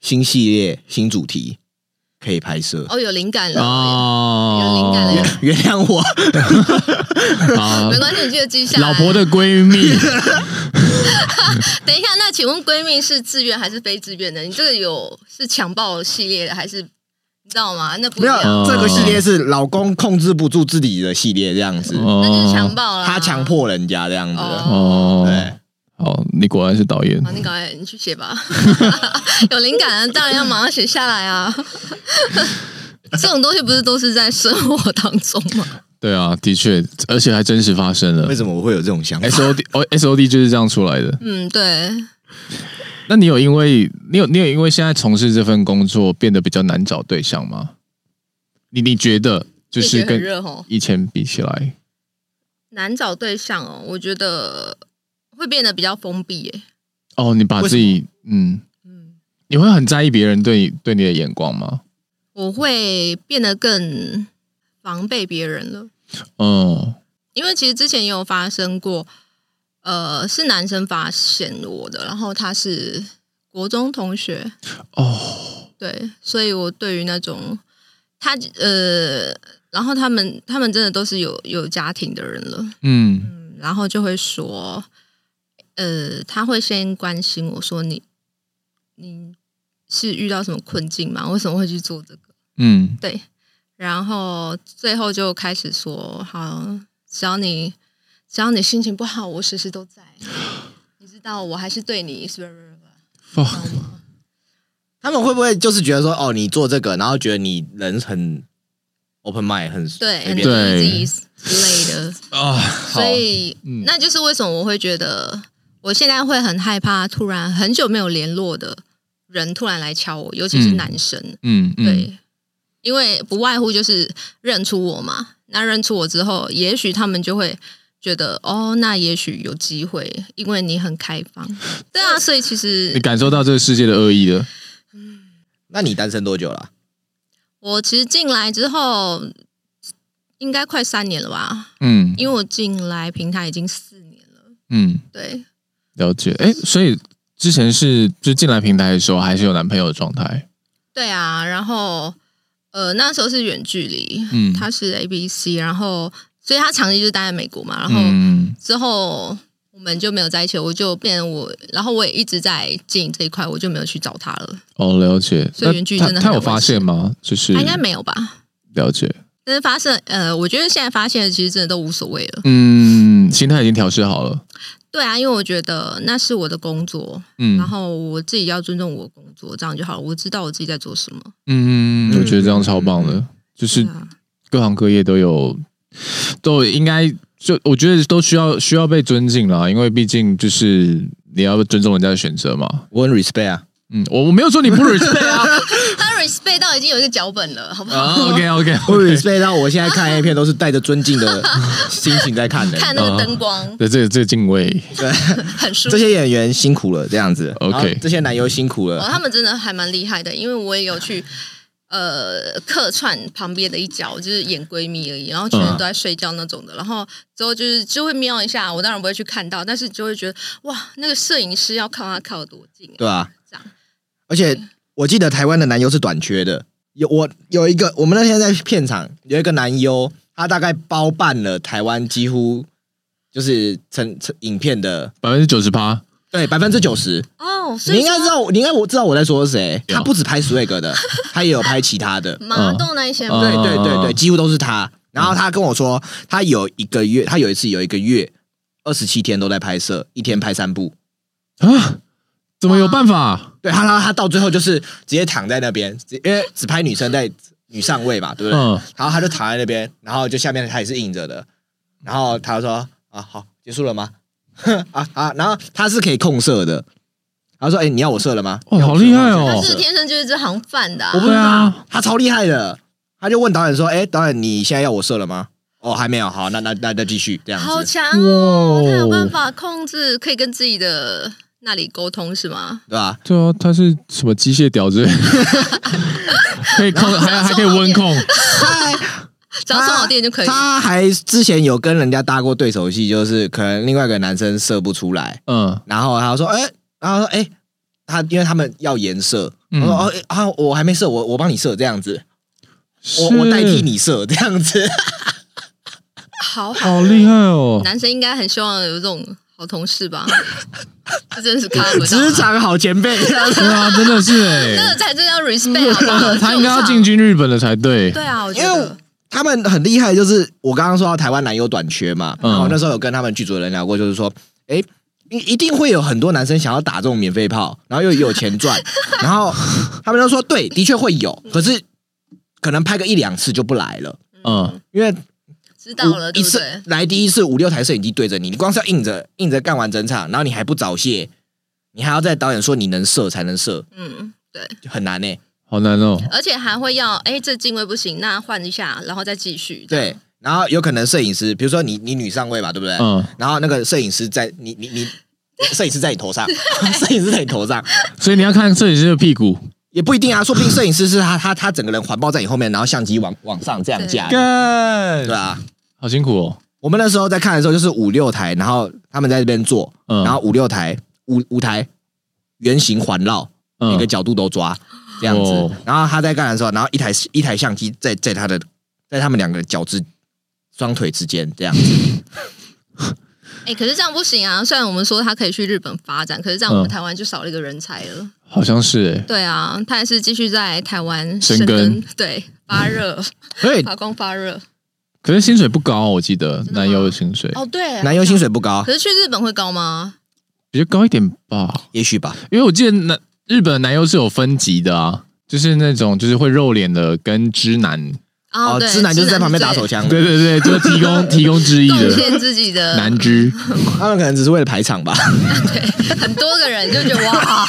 新系列、新主题可以拍摄。
哦，有灵感了。
啊哦，
有灵感
原谅我，
好
没关系，你记得记下来。
老婆，的闺蜜，
等一下，那请问闺蜜是自愿还是非自愿的？你这个有是强暴系列的，还是你知道吗？那不一
没有
样，
这个系列是老公控制不住自己的系列，这样子，
那就是强
哦
暴了。
他强迫人家这样子。
哦，
哦
对，
好，你果然是导演
好，你赶快你去写吧， 有灵感啊，当然要马上写下来啊。 这种东西不是都是在生活当中吗？
对啊，的确，而且还真实发生了
为。什么我会有这种想法？
S O D 哦，S O D 就是这样出来的。
嗯，对，
那你有因为你有你有因为现在从事这份工作变得比较难找对象吗？你你觉得就
也
是
觉得很
跟
热哦，
以前比起来，
难找对象哦。我觉得会变得比较封闭耶。
哦，你把
为
自己嗯，
嗯，
你会很在意别人对你对你的眼光吗？
我会变得更防备别人了，
嗯，
因为其实之前也有发生过，呃，是男生发现我的，然后他是国中同学，
哦，
对，所以我对于那种他呃，然后他们他们真的都是有有家庭的人了，
嗯，
嗯，然后就会说，呃，他会先关心我说你你是遇到什么困境吗？为什么会去做这个？
嗯，
对，然后最后就开始说，好，只要你只要你心情不好，我时时都在，你知道，我还是对你是不是？
fuck，
他们会不会就是觉得说，哦，你做这个，然后觉得你人很 open mind，很
对
随
很
便
对
，easy 之类的。
啊，好
所，以、嗯那就是为什么我会觉得我现在会很害怕，突然很久没有联络的人突然来敲我，尤其是
嗯
男生，
嗯嗯，
对，因为不外乎就是认出我嘛。那认出我之后，也许他们就会觉得哦，那也许有机会，因为你很开放。对啊，所以
你
其实
感受到这个世界的恶意了，
那你单身多久了、
我其实进来之后，应该快三年了吧？
嗯
因为我进来平台已经四年了。
嗯，
对，
了解。哎，所以之前是就进来平台的时候还是有男朋友的状态，
对啊，然后呃那时候是远距离，
嗯
他是 A B C，然后所以他长期就待在美国嘛，然后
嗯
之后我们就没有在一起，我就变成我，然后我也一直在经营这一块，我就没有去找他了，
哦，了解。
所以原剧
那
真的
他
很
他有
有问
发
题
现吗？就是
他应该没有吧？
了解，
但是发生呃，我觉得现在发现的其实真的都无所谓了。
嗯，心态已经调试好了，
对啊，因为我觉得那是我的工作，
嗯
然后我自己要尊重我的工作，这样就好了。我知道我自己在做什么。
嗯，我觉得这样超棒的，就是
对啊
各行各业都有，都应该就我觉得都需要需要被尊敬啦，因为毕竟就是你要尊重人家的选择嘛。
我很 respect 啊，
嗯，我我没有说你不 respect 啊。
他 respect 到已经有一个脚本了，好不好？
啊，OK OK，
我 respect 到我现在看 A 片都是带着尊敬 的心情在看的。
看那
啊
个灯光
对这个这个敬畏，
很舒
这
服。
些演员辛苦了，这样子
OK
然后这些男优辛苦
哦，
了，
他们真的还蛮厉害的，因为我也有去呃客串旁边的一角，就是演闺蜜而已，然后
嗯
全人都在睡觉那种的，然后之后就是就会瞄一下，我当然不会去看到，但是就会觉得哇，那个摄影师要靠他靠得多近啊，
对吧、
这样
而且我记得台湾的男优是短缺的，有我有一个，我们那天在片场有一个男优，他大概包办了台湾几乎就是成成影片的，
百分之九十八，
对，百分之九十，
哦，所
你
以
应该知
说啊
道我，你应该我知道我在说是谁。
有
他不止拍 Swag 的，他也有拍其他的。
麻豆那一些
嗯
吗？
对对对对，
嗯
几乎都是他。然后他跟我说，他有一个月，他有一次有一个月二十七天都在拍摄，一天拍三部。
啊，怎么有办法？
对他，他他到最后就是直接躺在那边，直因为只拍女生在女上位嘛，对不对？
嗯，
然后他就躺在那边，然后就下面他也是硬着的，然后他就说啊，好，结束了吗？ 啊啊，然后他是可以控射的，他说，哎、你要我射了吗？
哦
你要我
好厉
射了吗
害哦
他是天生就是这行饭的啊
嗯我不知
对
道，
啊
他超厉害的。他就问导演说：“哎、导演，你现在要我射了吗？”哦，还没有。好，那那那那继续这样
好
子。
强
哇
哦！他有办
哦，
法控制，可以跟自己的那里沟通是吗？
对 吧？
对啊，他是什么机械屌 之类的，可以控，还还可以温控，
只要送好电就可以。
他还之前有跟人家搭过对手戏，就是可能另外一个男生射不出来，
嗯，
然后他说：“哎、然后他说哎、他因为他们要颜射，我
嗯
说哦、哎啊，我还没射，我我帮你射这样子，我
是
我代替，你射这样子。
好好，
好厉害哦，
男生应该很希望有这种好同事吧？这真是看 不到啊
职，场好前辈，这样子
对啊，真的是哎、
这个才真的要 respect 好不 好？
他应该要进
去。
军日本了才对，
对啊，我觉
因为
得
他们很厉害，就是我刚刚说到台湾男优短缺嘛，
嗯
然后那时候有跟他们剧组的人聊过，就是说，哎、一一定会有很多男生想要打这种免费炮，然后又有钱 赚，然后他们就说，对，的确会有，可是可能拍个一两次就不来了，
嗯，
因为
知道了，
五
对
一
不
次
对？
来第一次五六台摄影机对着你，你光是要硬着硬着干完整场，然后你还不早泄，你还要在导演说你能射才能射，
嗯，对，
就很难呢、欸
好难哦，
而且还会要，哎，这进位不行，那换一下，然后再继续。
对，然后有可能摄影师，比如说你你女上位嘛，对不对？
嗯，
然后那个摄影师在你你 你，摄影师在你头上，摄影师在你头上
所以你要看摄影师的屁股，
也不一 定啊，说不定摄影师是他他他整个人环抱在你后面，然后相机往往上这样架，
干
对啊。
好辛苦哦，
我们那时候在看的时候，就是五六台，然后他们在这边坐，
嗯
然后五六台五五台圆形环绕，每
嗯
个，角度都抓这样子
哦。
然后他在干的时候，然后一台一台相机在在他的在他们两个脚趾双腿之间这样子，
哎，可是这样不行啊！虽然我们说他可以去日本发展，可是这样我们
嗯
台湾就少了一个人才了。
好像是哎、
对啊，他也是继续在台湾
生根
对，发热，
所以
发光发热。
可是薪水不高，啊我记
啊
得
的吗
男优的薪水
哦，对，
男优薪水不高
可，是去日本会高吗？
比较高一点吧，
也许吧。
因为我记得男日本的男优是有分级的啊，就是那种就是会露脸的跟知男，
哦，
哦，
对，
直男就是在旁边打手
枪，
枪的
对，对对，就是提 供提供之意
贡
的
献自己的
男知，
他们可能只是为了排 场吧。
很多个人就觉 得哇，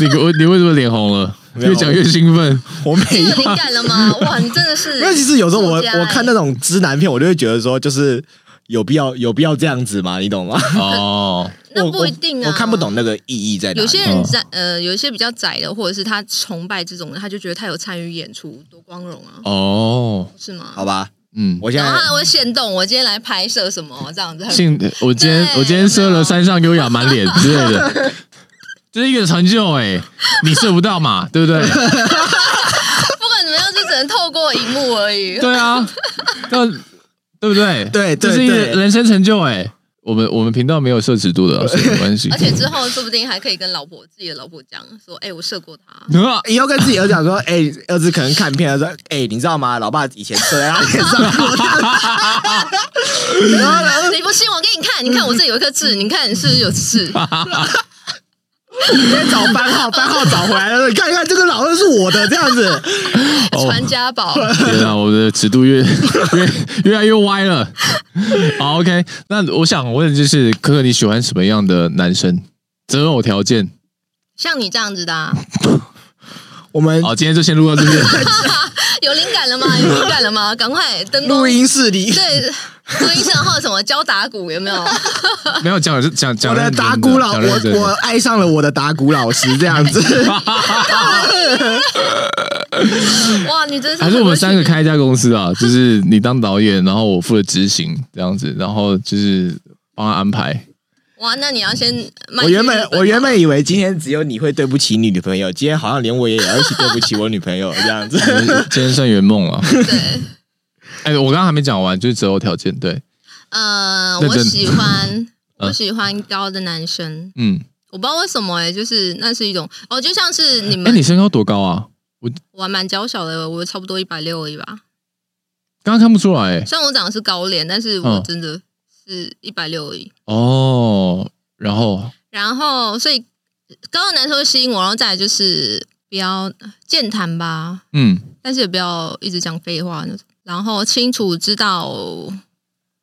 你我哦你为什么脸红了？
没有
越讲越兴奋，
我没
你有
有，
灵感了吗？哇，你真的是，
因为其实哎有时候我
作家欸
我看那种知男片，我就会觉得说，就是有必要有必要这样子吗？你懂吗？
哦，
那
我
不一定啊，
我，我看不。懂那嗯个意义在哪里。
有些人窄，呃，有一些比较窄的，或者是他崇拜这种人，他就觉得他有参与演出，多光荣啊，
哦，
是吗？
好吧，
嗯，
我现
然
在
后他会限动，我今天来拍摄什么这样子，很
幸我今天
对
我今天射
有没
了
有
山上优雅满脸之类的，这是一个成就哎、你射不到 嘛，对不对？
不管怎么样，就只能透过荧幕而已。
对啊，那对不对？
对对
这是一个
对
人生成就哎、我们我们频道没有设尺度的啊，所以没关系
而。且之后说不定还可以跟老婆自己的老婆讲说：“哎、我射过 他。
啊
以后跟自己儿子讲说，哎、儿子可能看片的时候，哎、你知道吗？老爸以前射在他脸上过。 然后呢，”
你不信我给你看，你看我这有一颗痣，你看你是不是有 痣？
哦直接找番号，番号找回来了，你看你看这个老二是我的这样子。
传家宝。
天 啊，我的尺度越越越来越歪了。好，OK，那我想问的就是，可可你喜欢什么样的男生？择偶条件？
嗯
像你这样子的、啊，
我们
好，今天就先录到 这边。
有灵感了吗？有灵感了吗？赶快灯光
录音室里，
哦
对，录音上还有什么教打鼓有 没有？
没有讲讲
我
讲
的
认真
打鼓老，
讲
我
认真的
我爱上了我的打鼓老师这样子。
哇，你真是
还是我们三个开一家公司 啊？就是你当导演，然后我负责执行这样子，然后就是帮他 安排。
哇？那你要先卖
我
去
原
日
本
啊
我原本以为今天只有你会对不起你女朋友，今天好像连我也要一起对不起我女朋友这样子。
今天算圆梦了。
对，
哎、我刚刚还没讲完，就是择偶条件，对，
呃，
认
我
真
喜欢
嗯
我喜欢高的男生，
嗯，
我不知道为什么哎、就是那是一种哦，就像是你
嗯
哎，
们，
你身高多高啊？
我还蛮娇小的，我差不多一百六而已吧。
刚刚看不出来欸
虽然我长得是高脸，但是我
嗯
真的是一百六而已。
哦，然后
然后，所以高的男生会吸引我，然后再来就是比较健谈吧，
嗯
但是也不要一直讲废话那种。然后清楚知道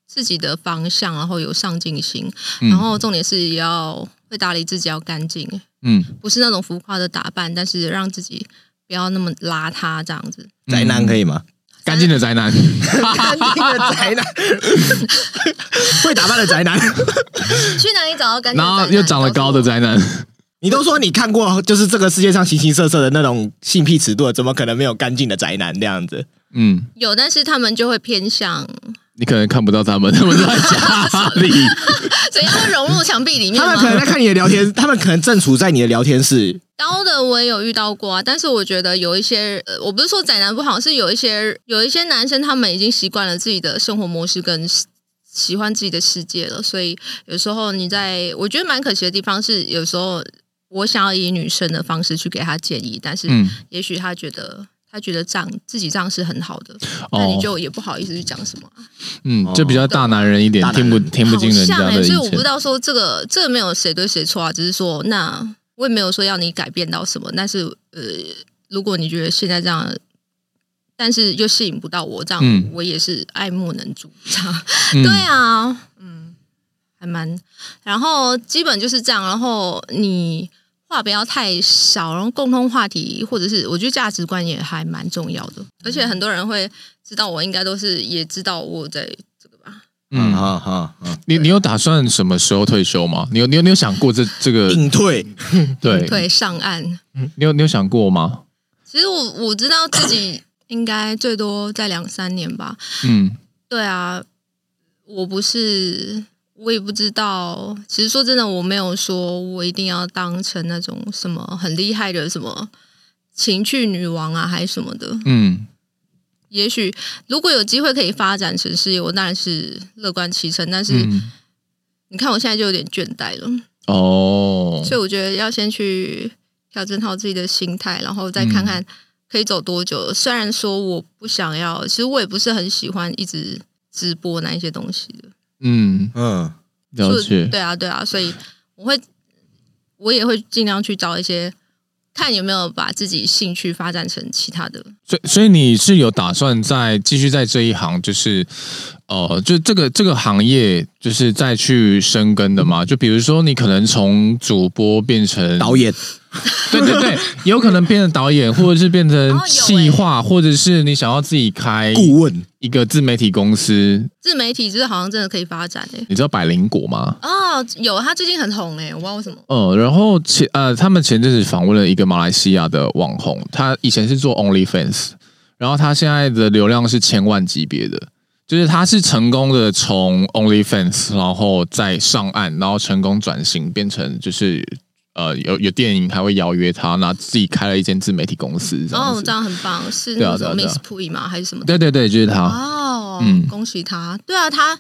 自己的方向，然后有上进心，
嗯，
然后重点是也要会打理自己，要干净，
嗯，
不是那种浮夸的打扮，但是让自己不要那么邋遢这样子。
宅男可以吗？
干净的宅男，
干净的宅男， 会打扮的宅男。
去哪里找到干净
然
的宅男？
后又长得高的
你告诉我
宅男，
你都说你看过，就是这个世界上形形色色的那种性癖尺度了，怎么可能没有干净的宅男这样子？
嗯，
有，但是他们就会 偏向，
你可能看不到他们，他 们都在家 里。
怎样会融入墙壁里面
他们可能
吗？
在看你的聊天， 他们可能正处在你的聊天室。
高的我也有遇到过啊，但是我觉得有一些，呃、我不是说宅男不好，是有一些有一些男生他们已经习惯了自己的生活模式跟喜喜欢自己的世界了，所以有时候你在我觉得蛮可惜的地方是，有时候我想要以女生的方式去给他建议，但是
嗯，
也许他觉得。他觉得这样自己这样是很好的，那
哦
你，就也不好意思去讲什么啊、
嗯，就比较大男人一点
大，男
听不
人
听不进人
好像
家
欸
的意
所以我不知
见。
道说这个这个没有谁对谁错啊，只是说那我也没有说要你改变到什么，但是呃，如果你觉得现在这样，但是又吸引不到我，这样、
嗯
我也是爱莫能助。这样、
嗯
对啊，嗯，还蛮，然后基本就是这样，然后你。话不要太少，然后共通话题或者是我觉得价值观也还蛮重要的，而且很多人会知道我应该都是也知道我在这个吧，
嗯
嗯，
哈哈，嗯
你你有打算什么时候退休吗？你有你有你有想过这这个？
隐退，
对，
对上岸。
你有你有想过吗？
其实我我知道自己应该最多在两三年吧。
嗯
对啊，我不是，我也不知道。其实说真的，我没有说我一定要当成那种什么很厉害的什么情趣女王啊，还是什么的。
嗯
也许如果有机会可以发展成事业，我当然是乐观其成。但是
嗯，
你看，我现在就有点倦怠了。
哦，
所以我觉得要先去调整好自己的心态，然后再
嗯
看看可以走多久。虽然说我不想要，其实我也不是很喜欢一直直播那一些东西的。
嗯，
嗯，
了
所以
解。
对啊，对啊，所以我会，我也会尽量去找一些，看有没有把自己兴趣发展成其他的。
所以所以你是有打算在继续在这一行，就是呃，就这个这个行业，就是再去深耕的吗？就比如说，你可能从主播变成
导，演，
对对 对，有可能变成导演，或者是变成
哦有欸
企划，或者是你想要自己开
顾问，
一个自媒体公司。
自媒体就是好像真的可以发展诶、欸
你知道百灵果吗？
哦，有他最近很红欸诶、我不知道为什么。
嗯，然后前呃，他们前阵子访问了一个马来西亚的网红，他以前是做 OnlyFans，然后他现在的流量是千万级别的，就是他是成功的从 OnlyFans，然后再上岸，然后成功转型变成就是呃有有电影还会邀约他，那自己开了一间自媒体公司这样
哦
子。，
这样很棒，是
对啊
那种
对啊
Miss Pui 吗？还是什么？
对对对，就是他。
哦，
嗯
恭喜他！对啊，他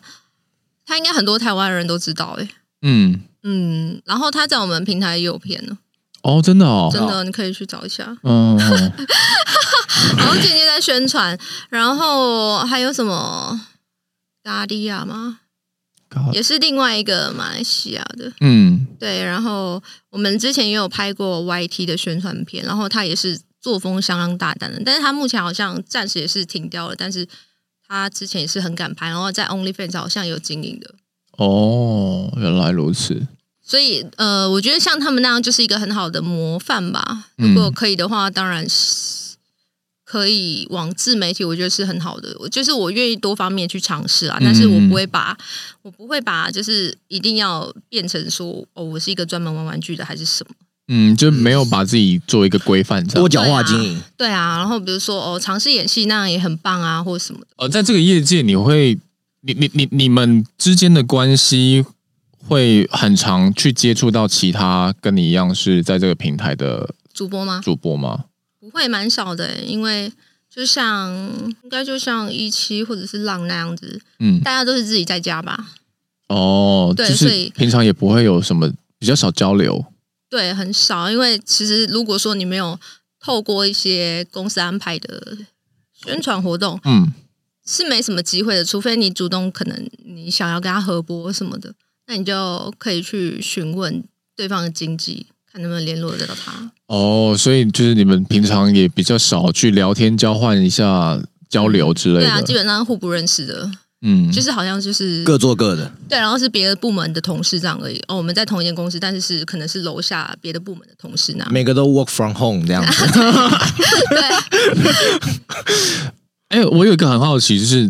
他应该很多台湾人都知道哎、
嗯，
嗯，然后他在我们平台也有片呢，
哦，真的哦，
真的你可以去找一下。
嗯，嗯嗯
然后渐渐在宣传，然后还有什么咖喱亚吗？
God，
也是另外一个马来西亚的，
嗯
对。然后我们之前也有拍过 YT 的宣传片，然后他也是作风相当大胆的，但是他目前好像暂时也是停掉了，但是他之前也是很敢拍，然后在 OnlyFans 好像有经营的。
哦，原来如此，
所以，呃，我觉得像他们那样就是一个很好的模范吧。
嗯
如果可以的话，当然是可以往自媒体，我觉得是很好的。我就是我愿意多方面去尝试啊，
嗯
但是我不会把，我不会把，就是一定要变成说，哦，我是一个专门玩玩具的还是什么？
嗯，就没有把自己做一个规范这样
多。角化经营，
对啊，然后比如说哦，尝试演戏那样也很棒啊，或者什么的。
呃，在这个业界，你会，你你你你们之间的关系会很常去接触到其他跟你一样是在这个平台的
主播吗？
主播吗？
不会，蛮少的，欸因为就像应该就像一期或者是浪那样子，
嗯，
大家都是自己在家吧。
哦，就
对所
是
以
平常也不会有什么比较少交流，
对，很少，因为其实如果说你没有透过一些公司安排的宣传活动，
嗯，
是没什么机会的，除非你主动，可能你想要跟他合播什么的，那你就可以去询问对方的经济，看能不能联络得到他。
哦，所以就是你们平常也比较少去聊天、交换一下交流之类
对
的，
啊，基本上互不认识的，
嗯，
就是好像就是
各做各的，
对，然后是别的部门的同事这样而已。哦，我们在同一间公司，但是是可能是楼下别的部门的同事那样。
每个都 work from home 这样子。
对，
哎、我有一个很好奇，就是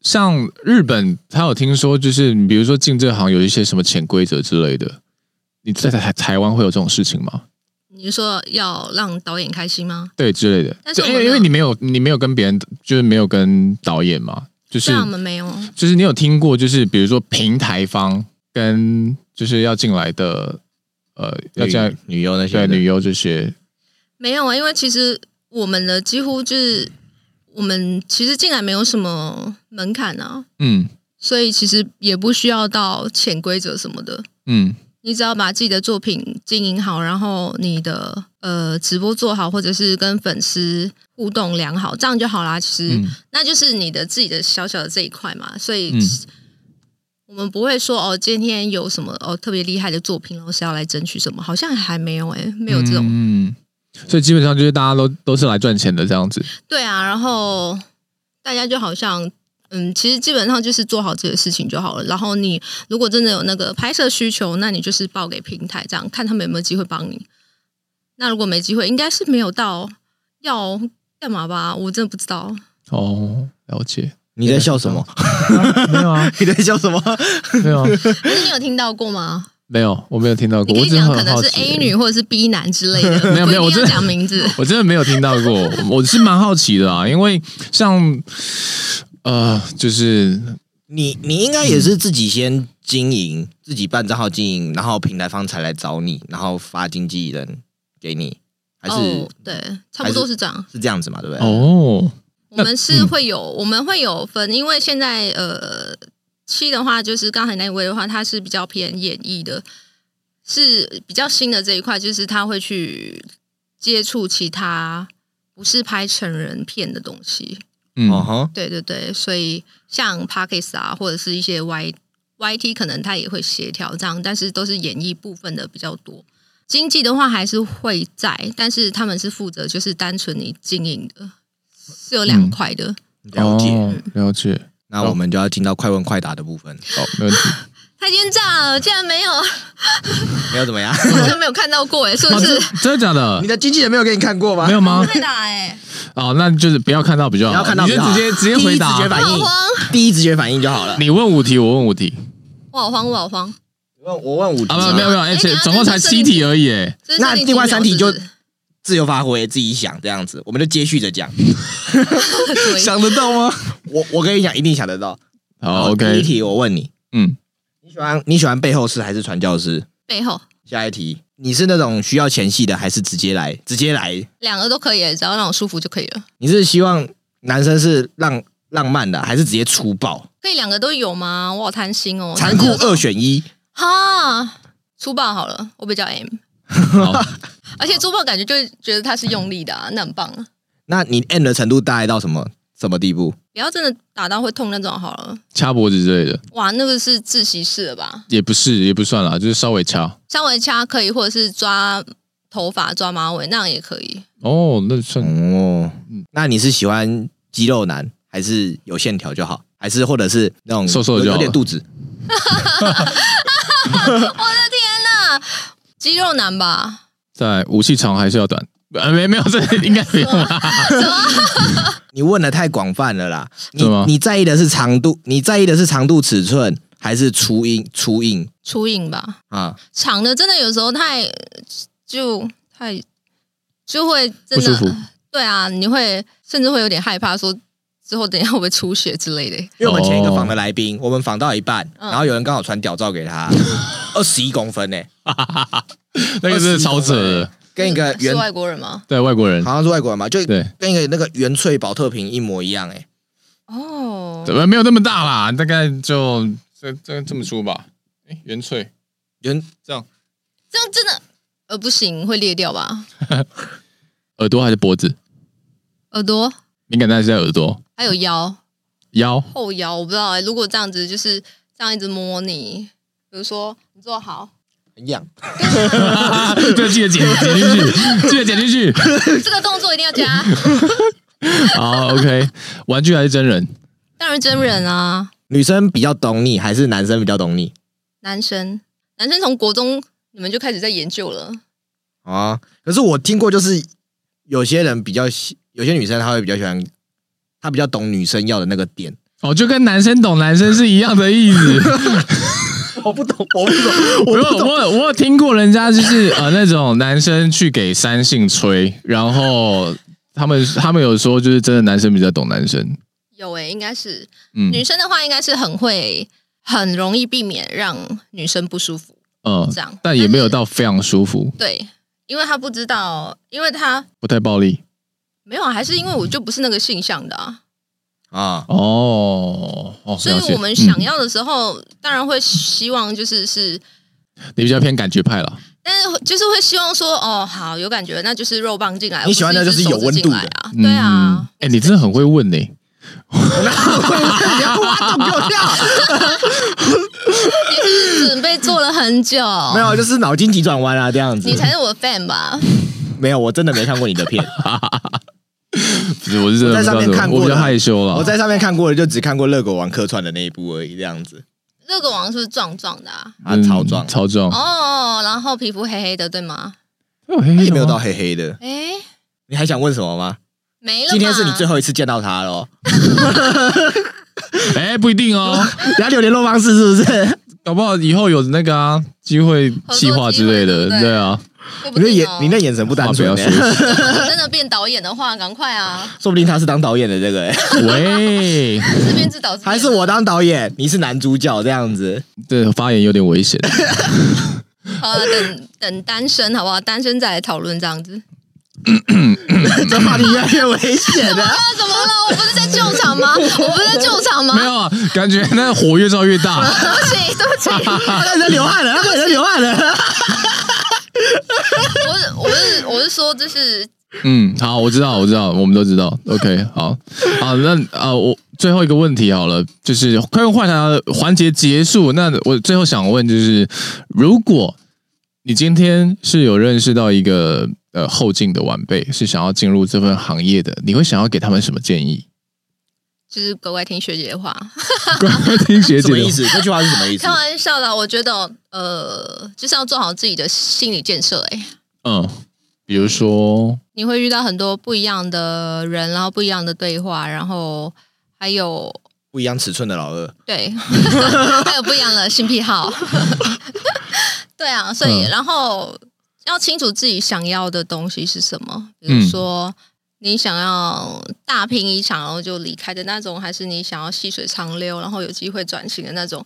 像日本，他有听说，就是你比如说进这行有一些什么潜规则之类的，你在台台湾会有这种事情吗？
你是说要让导演开心吗？
对之类的，
但是
就
我
因
们
为
没有
因为你没有你没有跟别人，就是没有跟导演嘛，就是
对啊，我们没有。
就是你有听过，就是比如说平台方跟就是要进来的呃要进来
女女优那些
对
的
女优这些，
没有啊，因为其实我们的几乎就是我们其实进来没有什么门槛啊，
嗯
所以其实也不需要到潜规则什么的。
嗯
你只要把自己的作品经营好，然后你的呃直播做好，或者是跟粉丝互动良好，这样就好啦。其实、
嗯
那就是你的自己的小小的这一块嘛，所以、
嗯
我们不会说哦，今天有什么哦特别厉害的作品，然后是要来争取什么，好像还没有诶、没有这种、
嗯，所以基本上就是大家都都是来赚钱的这样子，
对啊，然后大家就好像。嗯，其实基本上就是做好这个事情就好了。然后你如果真的有那个拍摄需求，那你就是报给平台，这样看他们有没有机会帮你。那如果没机会，应该是没有到要干嘛吧？我真的不知道。
哦，了解。
你在笑什么？
没有啊，
你在笑什么？
没有啊，
可是你有听到过吗？
没有，我没有听到
你
过。
可
我
以
只是
讲可
很好奇
能是 A 女，或者是 B 男之类 的，
没有
不
没有
一
我
定
真的
要讲 名字。
我真的没有听到 过。我是蛮好奇的啊，因为像呃，就是
你你应该也是自己先经营，自己办账号经营，然后平台方才来找你，然后发经纪人给你，还是、
哦，对，差不多是这样。
是这样子嘛？对不对？
哦，
我们是会有，我们会有分，因为现在呃，七的话就是刚才那一位的话，他是比较偏演艺的，是比较新的这一块，就是他会去接触其他不是拍成人片的东西。
嗯，
哦吼，
对对对，所以像 Pockets 啊，或者是一些 Y YT，可能他也会协调这样，但是都是演艺部分的比较多。经济的话还是会在，但是他们是负责就是单纯你经营的，是有两块的。
了解。
哦了解，哦
那我们就要进到快问快答的部 分，
好，没问题。
太奸诈了，竟然没有，
没有怎么样？
我真没有看到过哎，是 不
哦
是？
真真的假的
你？的经纪人没有给你看过吗？
没有吗？
快打哎，
哦，那就是不要看到比较
不
好，
要看到
你
比
就
较好，
直接直接
第一
回
直觉
答。
反
我好
应，
慌，
第一直觉反应就好了。
你问五题，我问五题
我好慌，我好慌。
我我问五题
啊，
嘛，
没有没有没有，而且
哎
总共才七题而已，哎，
这是
那
剩你几
另外
秒
三题
是
就
不是
自由发挥，自己想这样子，我们就接续着讲。
对
想得到吗？我我跟你讲，一定想得到。
好
哦第一
哦，OK，
题我问你，
嗯，
你喜欢你喜欢背后师还是传教师？
背后
下一题，你是那种需要前戏的，还是直接来？直接来？
两个都可以，欸只要让我舒服就可以了。
你是希望男生是浪浪漫的，还是直接粗暴？
可以两个都有吗？我好贪心哦，
残酷二选一，
哈，粗暴好了，我比较 M，
好，
而且粗暴感觉就觉得他是用力的、啊，那很棒、啊。
那你 N 的程度大概到什么什么地步？
不要真的打到会痛那种好了，
掐脖子之类的
哇，那个是窒息式的吧？
也不是也不算啦，就是稍微掐。
稍微掐可以，或者是抓头发、抓马尾那样也可以。
哦，那算
哦，那你是喜欢肌肉男，还是有线条就好，还是或者是那种
瘦瘦的就
有
好
有点肚子？
肌肉男吧？
在武器长还是要短？呃，没没有，这应该不用啦。
你问的太广泛了啦，你
对吗
你在意的是长度，你在意的是长度尺寸，还是粗
嗯
硬粗硬
初影吧？
啊？
长的真的有时候太就太就会真
不舒服
的 对啊，你会甚至会有点害怕说。之后等一下会不会出血之类的？
因为我们前一个
哦
访的来宾，我们访到一半，
嗯
然后有人刚好传屌照给 他，二十一公分呢、
那个真的超扯的，
跟一个
是
原
外国人吗？
对外国人，
好像是外国人嘛，就
对，
跟一个那个原萃保特瓶一模一样哎、
哦，
怎么没有那么大啦？大概就这这这么粗吧？哎，原萃
原
这样，
这样真的呃不行，会裂掉吧？
耳朵还是脖子？
耳朵
敏感带是在耳朵、
还有腰
腰。
后腰，我不知道、欸。如果这样子就是这样一直摸你，比如说你坐好，
很痒，
对，记得剪剪进去，记得剪进去。
这个动作一定要加，
好，OK，玩具还是真人？
当然真人啊，
女生比较懂你，还是男生比较懂你
男生男生从国中你们就开始在研究了，
啊？可是我听过，就是有些人比较喜，有些女生她会比较喜欢，她比较懂女生要的那个点。
哦，就跟男生懂男生是一样的意思。
我不懂， 我不懂，
我有我有我有听过人家就是呃那种男生去给三性吹，然后他们他们有说就是真的男生比较懂男生，
有欸诶、应该是
嗯
女生的话，应该是很会很容易避免让女生不舒服
嗯
哦
这，样，嗯
但也没有到非常舒服，
对，因为他不知道，因为他
不太暴力
没有啊，还是因为我就不是那个性向的啊，
啊。
哦哦，
所
了
以
解
我们想、
嗯
要的时候，当然会希望就是是，
你比较偏感觉派了，
但是就是会希望说，哦，好有感觉，那就是肉棒进来，
你喜欢的
而不
就是有温度的嗯
一只手指进来啊，对啊，
哎、你真的很会问呢、
你要挖洞给我啊跳？
准备做了很久，
没有，就是脑筋急转弯啊，这样子
你。才是我的 fan 吧？
没有，我真的没看过你的 片，
不是我是真的
我在
不知道
上面
怎么
看过
我比较
的
害羞了。
我在上面看过的就只看过热狗王客串的那一部而已，这样子
热狗王是不是壮壮的啊？
嗯
啊，超壮，
超壮，
哦，然后皮肤黑黑的，对吗？
他
他
也没有到黑黑的。
哎，
你还想问什么吗？
没了吧。
今天是你最后一次见到他喽，
哎、不一定 哦，
然后有联络方式是不是？
搞不好以后有那个啊机会计划之类的，
合作机会对不对
对啊，
说不
你那
定
眼
哦，
你那眼神不单
话不
纯
要
欸
说，
我真的变导演的话，赶快啊，
说不定他是当导演的这个欸，
喂，
自编自导自编
还是我当导演，你是男主角这样子。
这发言有点危险。
好啊，等等单身好不好？单身再来讨论这样子。
这话题越来越危险了。
啊，怎么了？我不是在救场吗？我不是在救场吗？
没有，啊，感觉那火越烧越 大。
对不起，对不起，
他开始在流汗了，他开始在流汗了。
我是我是我是说，就是
嗯，好，我知道，我知道，我们都知道。OK，好，好，那啊、呃我最后一个问题好了，就是快问快答的环节结束。那我最后想问就是，如果你今天是有认识到一个呃后进的晚辈，是想要进入这份行业的，你会想要给他们什么建 议？
就是乖乖听学姐的话，
乖乖听学
什
姐
么
的
意。思？这句话是什么意思
开？玩笑的。我觉得呃，就是要做好自己的心理建设、欸。哎，
嗯，比如说，
你会遇到很多不一样的人，然后不一样的对话，然后还有
不一样尺寸的老二，
对，还有不一样的性癖好。对啊，所以、
嗯
然后要清楚自己想要的东西是什么，比如
嗯
说。你想要大拼一场，然后就离开的那种，还是你想要细水长流，然后有机会转型的那种？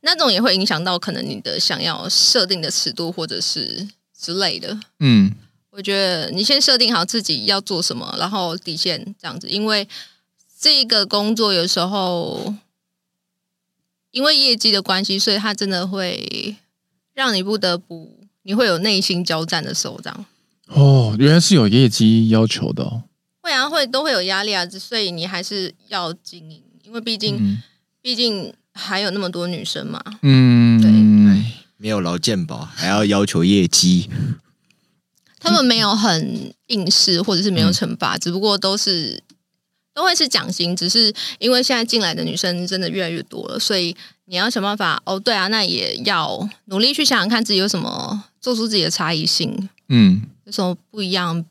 那种也会影响到可能你的想要设定的尺度，或者是之类的。
嗯
我觉得你先设定好自己要做什么，然后底线这样子，因为这个工作有时候因为业绩的关系，所以它真的会让你不得不，你会有内心交战的时候，这样
哦，原来是有业绩要求的、哦。
会啊会都会有压力啊，所以你还是要经营，因为毕竟、
嗯
毕竟还有那么多女生嘛，
嗯，
没有劳健保，还要要求业绩。
他们没有很应试，或者是没有惩罚，只不过都是都会是奖金，只是因为现在进来的女生真的越来越多了，所以你要想办法。哦，对啊，那也要努力去想想看自己有什么，做出自己的差异性，
嗯
有什么不一样、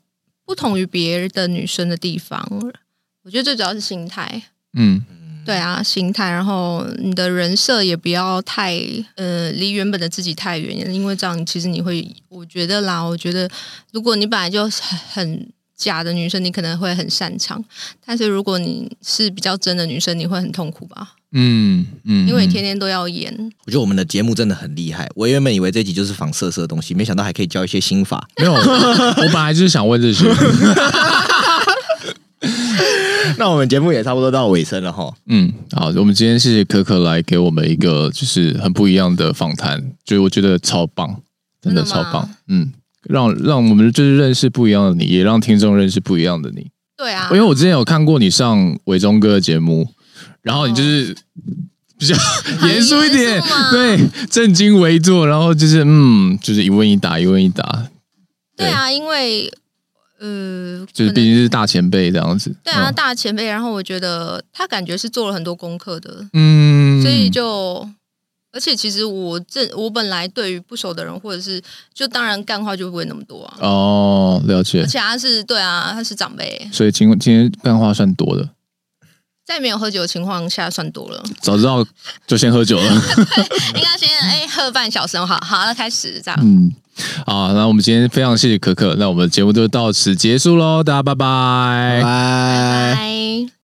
不同于别人的女生的地方。我觉得最主要是心态，
嗯
对啊，心态。然后你的人设也不要太，呃，离原本的自己太远，因为这样其实你会，我觉得啦，我觉得如果你本来就很很假的女生，你可能会很擅长；但是如果你是比较真的女生，你会很痛苦吧，
嗯嗯，
因为你天天都要演。
我觉得我们的节目真的很厉害。我原本以为这集就是仿色色的东西，没想到还可以教一些心法。
嗯没有，我本来就是想问这些。
那我们节目也差不多到尾声了哈。
嗯，好，我们今天谢谢可可来给我们一个就是很不一样的访谈，就是我觉得超棒，真的
真的
超
吗
棒，嗯，让让我们就是认识不一样的你，也让听众认识不一样的你。
对啊
因，为我之前有看过你上伟忠哥的节目，然后你就是比较严肃一点
严肃吗，
对，正襟危坐，然后就是嗯，就是一问一答，一问一答，
对啊，因为呃，
就是嗯
可能
毕竟是大前辈这样子。
对啊，大前辈，然后我觉得他感觉是做了很多功课的，
嗯，嗯，
所以就。而且其实我这我本来对于不熟的人，或者是就当然干话就不会那么多啊。
哦，了解
而。且他是对啊，他是长辈，
所以今今天干话算多的，
在没有喝酒的情况下算多了，
早知道就先喝酒了。
应该先哎喝半小时，好好那开始这样。
嗯，好，那我们今天非常谢谢可可，那我们节目就到此结束喽，大家拜拜
拜。
拜。